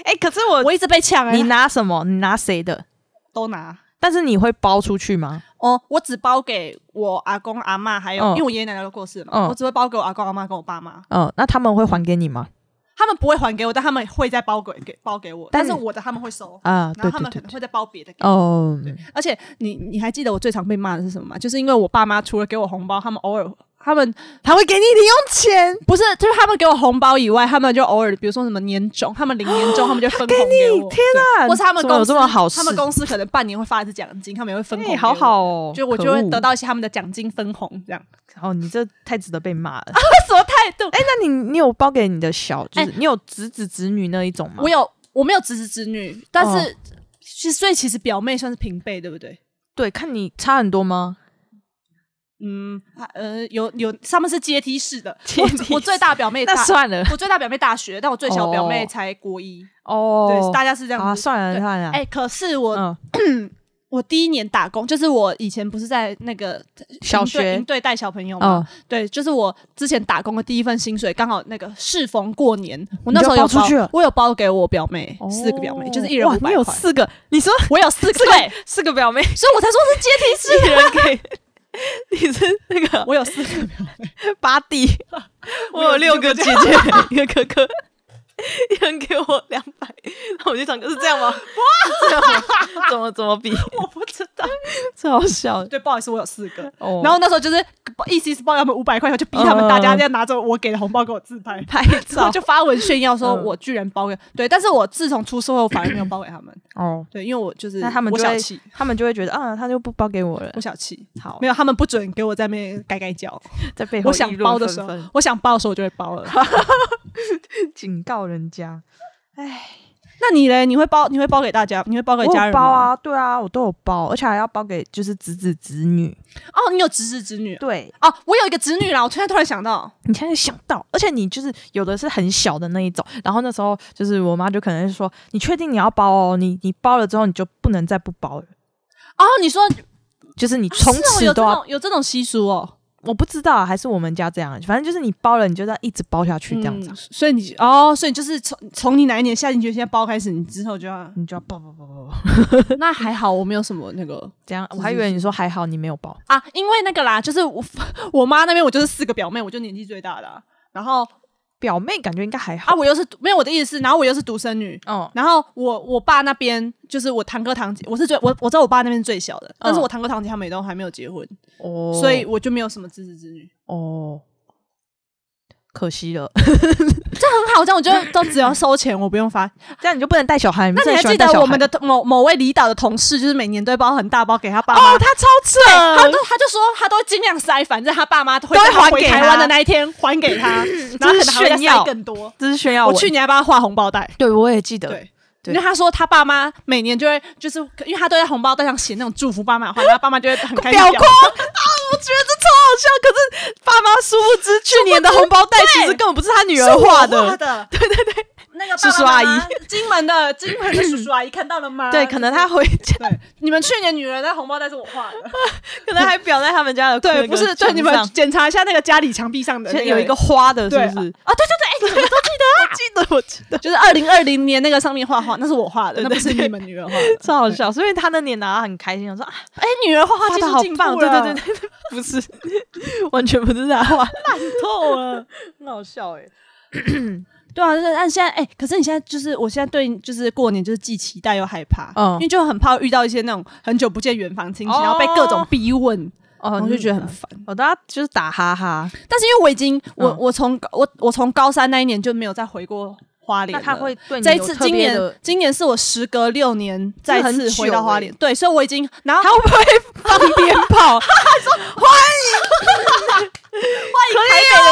Speaker 1: 哎，可是我
Speaker 2: 我一直被抢哎、
Speaker 1: 你拿什么？你拿谁的？
Speaker 2: 都拿
Speaker 1: 但是你会包出去吗？
Speaker 2: 哦，我只包给我阿公阿妈，还有、
Speaker 1: 嗯
Speaker 2: 因为我爷爷奶奶都过世了嘛，
Speaker 1: 嗯
Speaker 2: 我只会包给我阿公阿妈跟我爸妈，
Speaker 1: 嗯，那他们会还给你吗？
Speaker 2: 他们不会还给我，但他们会再包给给包给我，但是
Speaker 1: 你
Speaker 2: 我的他们会收，
Speaker 1: 啊，
Speaker 2: 然后
Speaker 1: 对
Speaker 2: 他
Speaker 1: 对
Speaker 2: 们可
Speaker 1: 对
Speaker 2: 能
Speaker 1: 对，
Speaker 2: 会再包别的给我。
Speaker 1: 哦，
Speaker 2: 而且你你还记得我最常被骂的是什么吗？就是因为我爸妈除了给我红包，他们偶尔他们
Speaker 1: 他会给你零用钱，
Speaker 2: 不是就是他们给我红包以外，他们就偶尔比如说什么年终，他们领年终，他们就分红给我。
Speaker 1: 天哪，
Speaker 2: 或是他们
Speaker 1: 怎么
Speaker 2: 公
Speaker 1: 有
Speaker 2: 司
Speaker 1: 这么好事？
Speaker 2: 他们公司可能半年会发一次奖金，他们也会分红、
Speaker 1: 哎好好，哦，
Speaker 2: 就我
Speaker 1: 可
Speaker 2: 就会
Speaker 1: 恶
Speaker 2: 得到一些他们的奖金分红 这样。
Speaker 1: 哦，你这太值得被骂 了。
Speaker 2: 这什么态度？
Speaker 1: 哎，那你你有包给你的小，就
Speaker 2: 哎
Speaker 1: 是你有侄子侄女那一种吗
Speaker 2: 我？有我没有侄子侄女，但是、
Speaker 1: 哦
Speaker 2: 其实所以其实表妹算是平辈，对不对？
Speaker 1: 对，看你差很多吗？
Speaker 2: 嗯，啊呃，有有，他们是阶梯式的。
Speaker 1: 阶梯式
Speaker 2: 我我最大表妹哎大
Speaker 1: 那，算 了
Speaker 2: 我最大表妹大学，但我最小表妹
Speaker 1: 哦
Speaker 2: 才国一。对，
Speaker 1: 哦，
Speaker 2: 大家是这样
Speaker 1: 啊，
Speaker 2: 子。
Speaker 1: 算了
Speaker 2: 对
Speaker 1: 算了，
Speaker 2: 哎、可是我、
Speaker 1: 嗯，
Speaker 2: 我第一年打工，就是我以前不是在那个
Speaker 1: 小学
Speaker 2: 营队带小朋友嘛、
Speaker 1: 哦，
Speaker 2: 对，就是我之前打工的第一份薪水，刚好那个适逢过年，我那
Speaker 1: 你就
Speaker 2: 时候有
Speaker 1: 包出去了哦
Speaker 2: 我有包给我表妹、四个表妹，就是一人
Speaker 1: 哇
Speaker 2: 五，百
Speaker 1: 你有
Speaker 2: 块。
Speaker 1: 四个，你 说
Speaker 2: 我有四个，
Speaker 1: 四个
Speaker 2: 对，
Speaker 1: 四个表妹，
Speaker 2: 所以我才说是阶梯
Speaker 1: 一
Speaker 2: 式。
Speaker 1: 人给。你是那个
Speaker 2: 我有四 个，
Speaker 1: 八弟， 我有六个姐姐，一个哥哥，一人给我两百，那我就想，是这样吗？ 哇，这样吗？怎么怎么比？
Speaker 2: 我不知道。
Speaker 1: 超好笑的
Speaker 2: 对，不好意思，我有四个。
Speaker 1: 哦。嗯
Speaker 2: 然后那时候就是意思是包他们五百块，我就逼他们大家这样拿着我给的红包给我自拍，
Speaker 1: 拍
Speaker 2: 然后
Speaker 1: 照
Speaker 2: 就发文炫耀说
Speaker 1: 嗯
Speaker 2: 我居然包给对，但是我自从出社会，我反而没有包给他们，
Speaker 1: 哦，
Speaker 2: 对，因为我就是
Speaker 1: 那他们
Speaker 2: 我
Speaker 1: 就
Speaker 2: 小
Speaker 1: 会
Speaker 2: 气，，
Speaker 1: 他们就会觉得啊，他就不包给我了
Speaker 2: 我。小气，
Speaker 1: 好
Speaker 2: 没，有他们不准给我在那边改改脚，
Speaker 1: 在背后
Speaker 2: 我想
Speaker 1: 议论
Speaker 2: 包的
Speaker 1: 纷
Speaker 2: 时候
Speaker 1: 纷，
Speaker 2: 我想包的时候我就会包了。
Speaker 1: 警告人家。
Speaker 2: 那你嘞？你会包？你会包给大家？你会包给
Speaker 1: 我
Speaker 2: 家
Speaker 1: 有
Speaker 2: 人
Speaker 1: 包
Speaker 2: 吗？
Speaker 1: 啊，对啊，我都有包，而且还要包给就是侄子侄女。
Speaker 2: 哦，你有侄子侄女
Speaker 1: 对，
Speaker 2: 哦，我有一个侄女啦，我现在突然想到，
Speaker 1: 你现在想到，而且你就是有的是很小的那一种，然后那时候就是我妈就可能是说，你确定你要包哦，你你包了之后你就不能再不包了，
Speaker 2: 哦，你说
Speaker 1: 就是你从
Speaker 2: 是哦
Speaker 1: 此
Speaker 2: 有这
Speaker 1: 都要，
Speaker 2: 种有这种习俗哦。
Speaker 1: 我不知道、啊、还是我们家这样，反正就是你包了你就这样一直包下去这样子啊，
Speaker 2: 嗯所以你哦，所以就是从从你哪一年下定决心要包开始，你之后 就要
Speaker 1: 你就要包包包包包，
Speaker 2: 那还好，我没有什么那个
Speaker 1: 这样我还以为你说还好你没有包，
Speaker 2: 啊，因为那个啦，就是我 我妈那边我就是四个表妹，我就年纪最大的啊、然后
Speaker 1: 表妹感觉应该还好
Speaker 2: 啊，，我又是没有我的意思是，然后我又是独生女。
Speaker 1: 哦
Speaker 2: 然后我我爸那边就是我堂哥堂姐，我是最我我知道我爸那边是最小的，但是我堂哥堂姐他们也都还没有结婚，
Speaker 1: 哦，
Speaker 2: 所以我就没有什么侄子侄女，
Speaker 1: 哦，可惜了，
Speaker 2: 很好，这样我 就都只要收钱，我不用发
Speaker 1: 这样你就不能带小孩，
Speaker 2: 那
Speaker 1: 真的
Speaker 2: 你还
Speaker 1: 喜欢
Speaker 2: 记
Speaker 1: 带
Speaker 2: 得
Speaker 1: 小
Speaker 2: 我
Speaker 1: 孩
Speaker 2: 们的同某某位离岛的同事，就是每年都会包很大包给他爸妈。
Speaker 1: 哦，他超扯，
Speaker 2: 他都他就说他都尽量塞，反正他爸妈会
Speaker 1: 都会
Speaker 2: 在他嗯
Speaker 1: 还
Speaker 2: 回
Speaker 1: 给
Speaker 2: 台
Speaker 1: 他
Speaker 2: 湾的那一天还给他， 然后可能还会再
Speaker 1: 炫耀
Speaker 2: 塞更多。
Speaker 1: 这是炫耀
Speaker 2: 我
Speaker 1: 文
Speaker 2: 去，年还帮他画红包袋，
Speaker 1: 对我也记得，
Speaker 2: 对。
Speaker 1: 对
Speaker 2: 因为他说他爸妈每年就会，就是因为他都在红包袋上写那种祝福爸妈的话，然后爸妈就会很开心
Speaker 1: 表
Speaker 2: 表
Speaker 1: 框啊！我觉得这超好笑，可是爸妈殊不知去年的红包袋其实根本不是他女儿
Speaker 2: 是我
Speaker 1: 画
Speaker 2: 画
Speaker 1: 的，
Speaker 2: 的，对对对，那个
Speaker 1: 叔叔阿姨
Speaker 2: 爸爸妈妈，金门的金门的叔叔阿姨看到了吗？
Speaker 1: 对，可能他回家，
Speaker 2: 对你们去年女人的红包袋是我画的，
Speaker 1: 可能还裱在他们家的那
Speaker 2: 对，
Speaker 1: 个
Speaker 2: 不是，对
Speaker 1: 墙
Speaker 2: 你们
Speaker 1: 上
Speaker 2: 检查一下那个家里墙壁上的那
Speaker 1: 前有一个花的，是
Speaker 2: 对
Speaker 1: 不是？
Speaker 2: 啊，对对对，哎，你们都记
Speaker 1: 我记得，啊我记得，
Speaker 2: 得，就是二零二零年那个上面画画，那是我画的，
Speaker 1: 对
Speaker 2: 那
Speaker 1: 对
Speaker 2: 不是你们女儿 画的。
Speaker 1: 超好笑。所以他那年拿到很开心，想说啊，
Speaker 2: 哎，女儿画画
Speaker 1: 画
Speaker 2: 技
Speaker 1: 的
Speaker 2: 术
Speaker 1: 好
Speaker 2: 进
Speaker 1: 棒，
Speaker 2: 步
Speaker 1: 对
Speaker 2: 了，
Speaker 1: 对对 对，不是，完全不是 他画，
Speaker 2: 对，透了。
Speaker 1: 很好笑哎。
Speaker 2: 对啊，就是但现在哎，可是你现在就是，我现在对就是过年就是既期待又害怕，
Speaker 1: 嗯
Speaker 2: 因为就很怕遇到一些那种很久不见远房亲戚，
Speaker 1: 哦
Speaker 2: 然后被各种逼问，
Speaker 1: 哦
Speaker 2: 然后就觉得很烦。
Speaker 1: 我大家就是打哈哈，
Speaker 2: 但是因为我已经我
Speaker 1: 嗯
Speaker 2: 我从我我从高三那一年就没有再回过花莲
Speaker 1: 那
Speaker 2: 了，
Speaker 1: 他会对你
Speaker 2: 这一
Speaker 1: 有
Speaker 2: 次
Speaker 1: 特
Speaker 2: 今
Speaker 1: 别
Speaker 2: 年
Speaker 1: 的，
Speaker 2: 今年是我时隔六年再
Speaker 1: 很
Speaker 2: 次
Speaker 1: 久
Speaker 2: 回到花
Speaker 1: 欸
Speaker 2: 莲，对，所以我已经，然后
Speaker 1: 他会不会放鞭 炮？
Speaker 2: 欢
Speaker 1: 可以哦，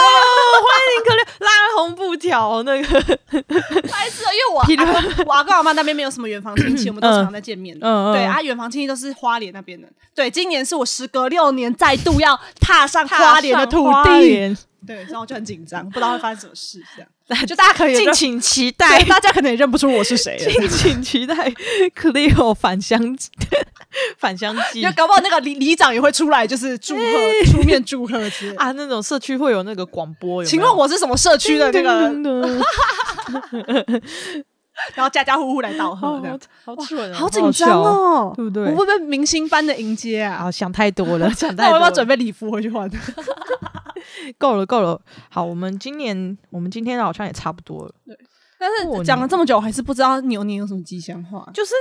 Speaker 1: 欢迎可以拉红布条那个，
Speaker 2: 白痴，因为 我
Speaker 1: 噼里
Speaker 2: 阿公我阿公阿妈那边没有什么远房亲戚，我们都
Speaker 1: 嗯
Speaker 2: 常在见面的。
Speaker 1: 嗯
Speaker 2: 对啊，远房亲戚都是花莲那边的。对，今年是我时隔六年再度要踏上花莲的土地，，对，然后我就很紧张，不知道会发生什么事，这样 就大家可以
Speaker 1: 敬请期待
Speaker 2: 对，，大家可能也认不出我是谁了。
Speaker 1: 敬请期待 Cleo 返乡 返乡记
Speaker 2: 就搞不好那个里里长也会出来，就是祝贺，出面祝贺之类的。
Speaker 1: 啊，那种社区会有那个广播，有没有
Speaker 2: 请问我是什么社区的那个？
Speaker 1: 个
Speaker 2: 然后家家户户来道贺，这样
Speaker 1: 好蠢哦，
Speaker 2: 好紧张
Speaker 1: 好笑，
Speaker 2: 哦，
Speaker 1: 对不对
Speaker 2: 我会不会明星般的迎接 啊？
Speaker 1: 啊，想太多了，想
Speaker 2: 那
Speaker 1: 太多
Speaker 2: 我要
Speaker 1: 了，
Speaker 2: 不要准备礼服回去换？
Speaker 1: 够了够了，好，我们今年我们今天好像也差不多了。
Speaker 2: 但
Speaker 1: 过
Speaker 2: 是
Speaker 1: 年
Speaker 2: 讲了这么久，我还是不知道牛年有什么吉祥话。
Speaker 1: 就是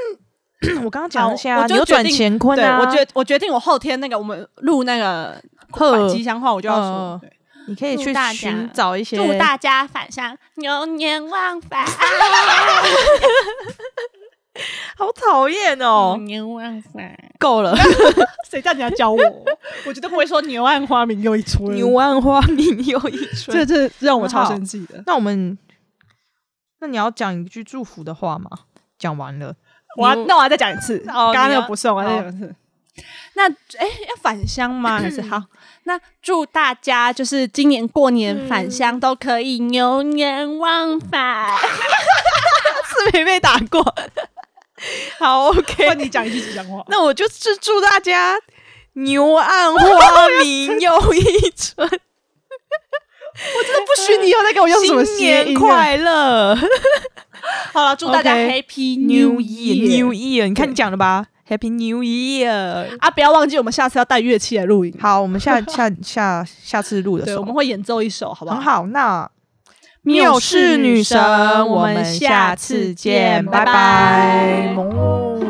Speaker 1: 我刚刚讲那些啊，
Speaker 2: 我就
Speaker 1: 扭转
Speaker 2: 决定
Speaker 1: 乾坤啊，
Speaker 2: 对我决我决定，我后天那个我们录那个
Speaker 1: 贺
Speaker 2: 吉祥话，我就要说
Speaker 1: 嗯。你可以
Speaker 3: 祝
Speaker 1: 去
Speaker 3: 大家
Speaker 1: 寻找一些
Speaker 3: 祝大家返乡牛年忘返，
Speaker 1: 好讨厌
Speaker 3: 牛
Speaker 1: 哦，
Speaker 3: 年忘返。
Speaker 1: 够了，
Speaker 2: 谁叫你要教我？ 我绝对不会说牛暗花明又一村
Speaker 1: 牛万花明又一春。
Speaker 2: 这这让我
Speaker 1: 很好
Speaker 2: 超生气的。
Speaker 1: 那我们，那你要讲一句祝福的话吗？讲完了，
Speaker 2: 我要
Speaker 1: 牛
Speaker 2: 那我要哦再讲一次，
Speaker 1: 哦
Speaker 2: 刚刚那
Speaker 1: 你
Speaker 2: 个
Speaker 1: 要
Speaker 2: 不算，我要再讲一次。那哎，要返乡吗？还是好？
Speaker 3: 那祝大家就是今年过
Speaker 2: 嗯
Speaker 3: 年返乡都可以牛年忘返。
Speaker 1: 是没被打过。 好，OK，。
Speaker 2: 换你讲一句吉祥话
Speaker 1: 那我就是祝大家牛暗花明又一 春，
Speaker 2: 不许你以后再给我用什么
Speaker 1: 新
Speaker 2: 谐
Speaker 1: 年
Speaker 2: 音啊。
Speaker 1: 快乐
Speaker 2: 好了，祝大家
Speaker 1: OK
Speaker 2: Happy
Speaker 1: ，New
Speaker 2: New
Speaker 1: Year，New
Speaker 2: Year！
Speaker 1: Year，你看你讲的吧，Happy New Year。
Speaker 2: 啊，不要忘记我们下次要带乐器来录影。
Speaker 1: 好，我们下 下下下次录的时
Speaker 2: 对，
Speaker 1: 候，
Speaker 2: 我们会演奏一首，好不好？
Speaker 1: 很好。那
Speaker 2: 缪氏女神
Speaker 1: 我
Speaker 2: 我
Speaker 1: 们
Speaker 2: 们
Speaker 1: 下
Speaker 2: 下
Speaker 1: 次
Speaker 2: 次
Speaker 1: 见，
Speaker 2: 见
Speaker 1: 拜拜
Speaker 2: 拜拜。
Speaker 1: 哦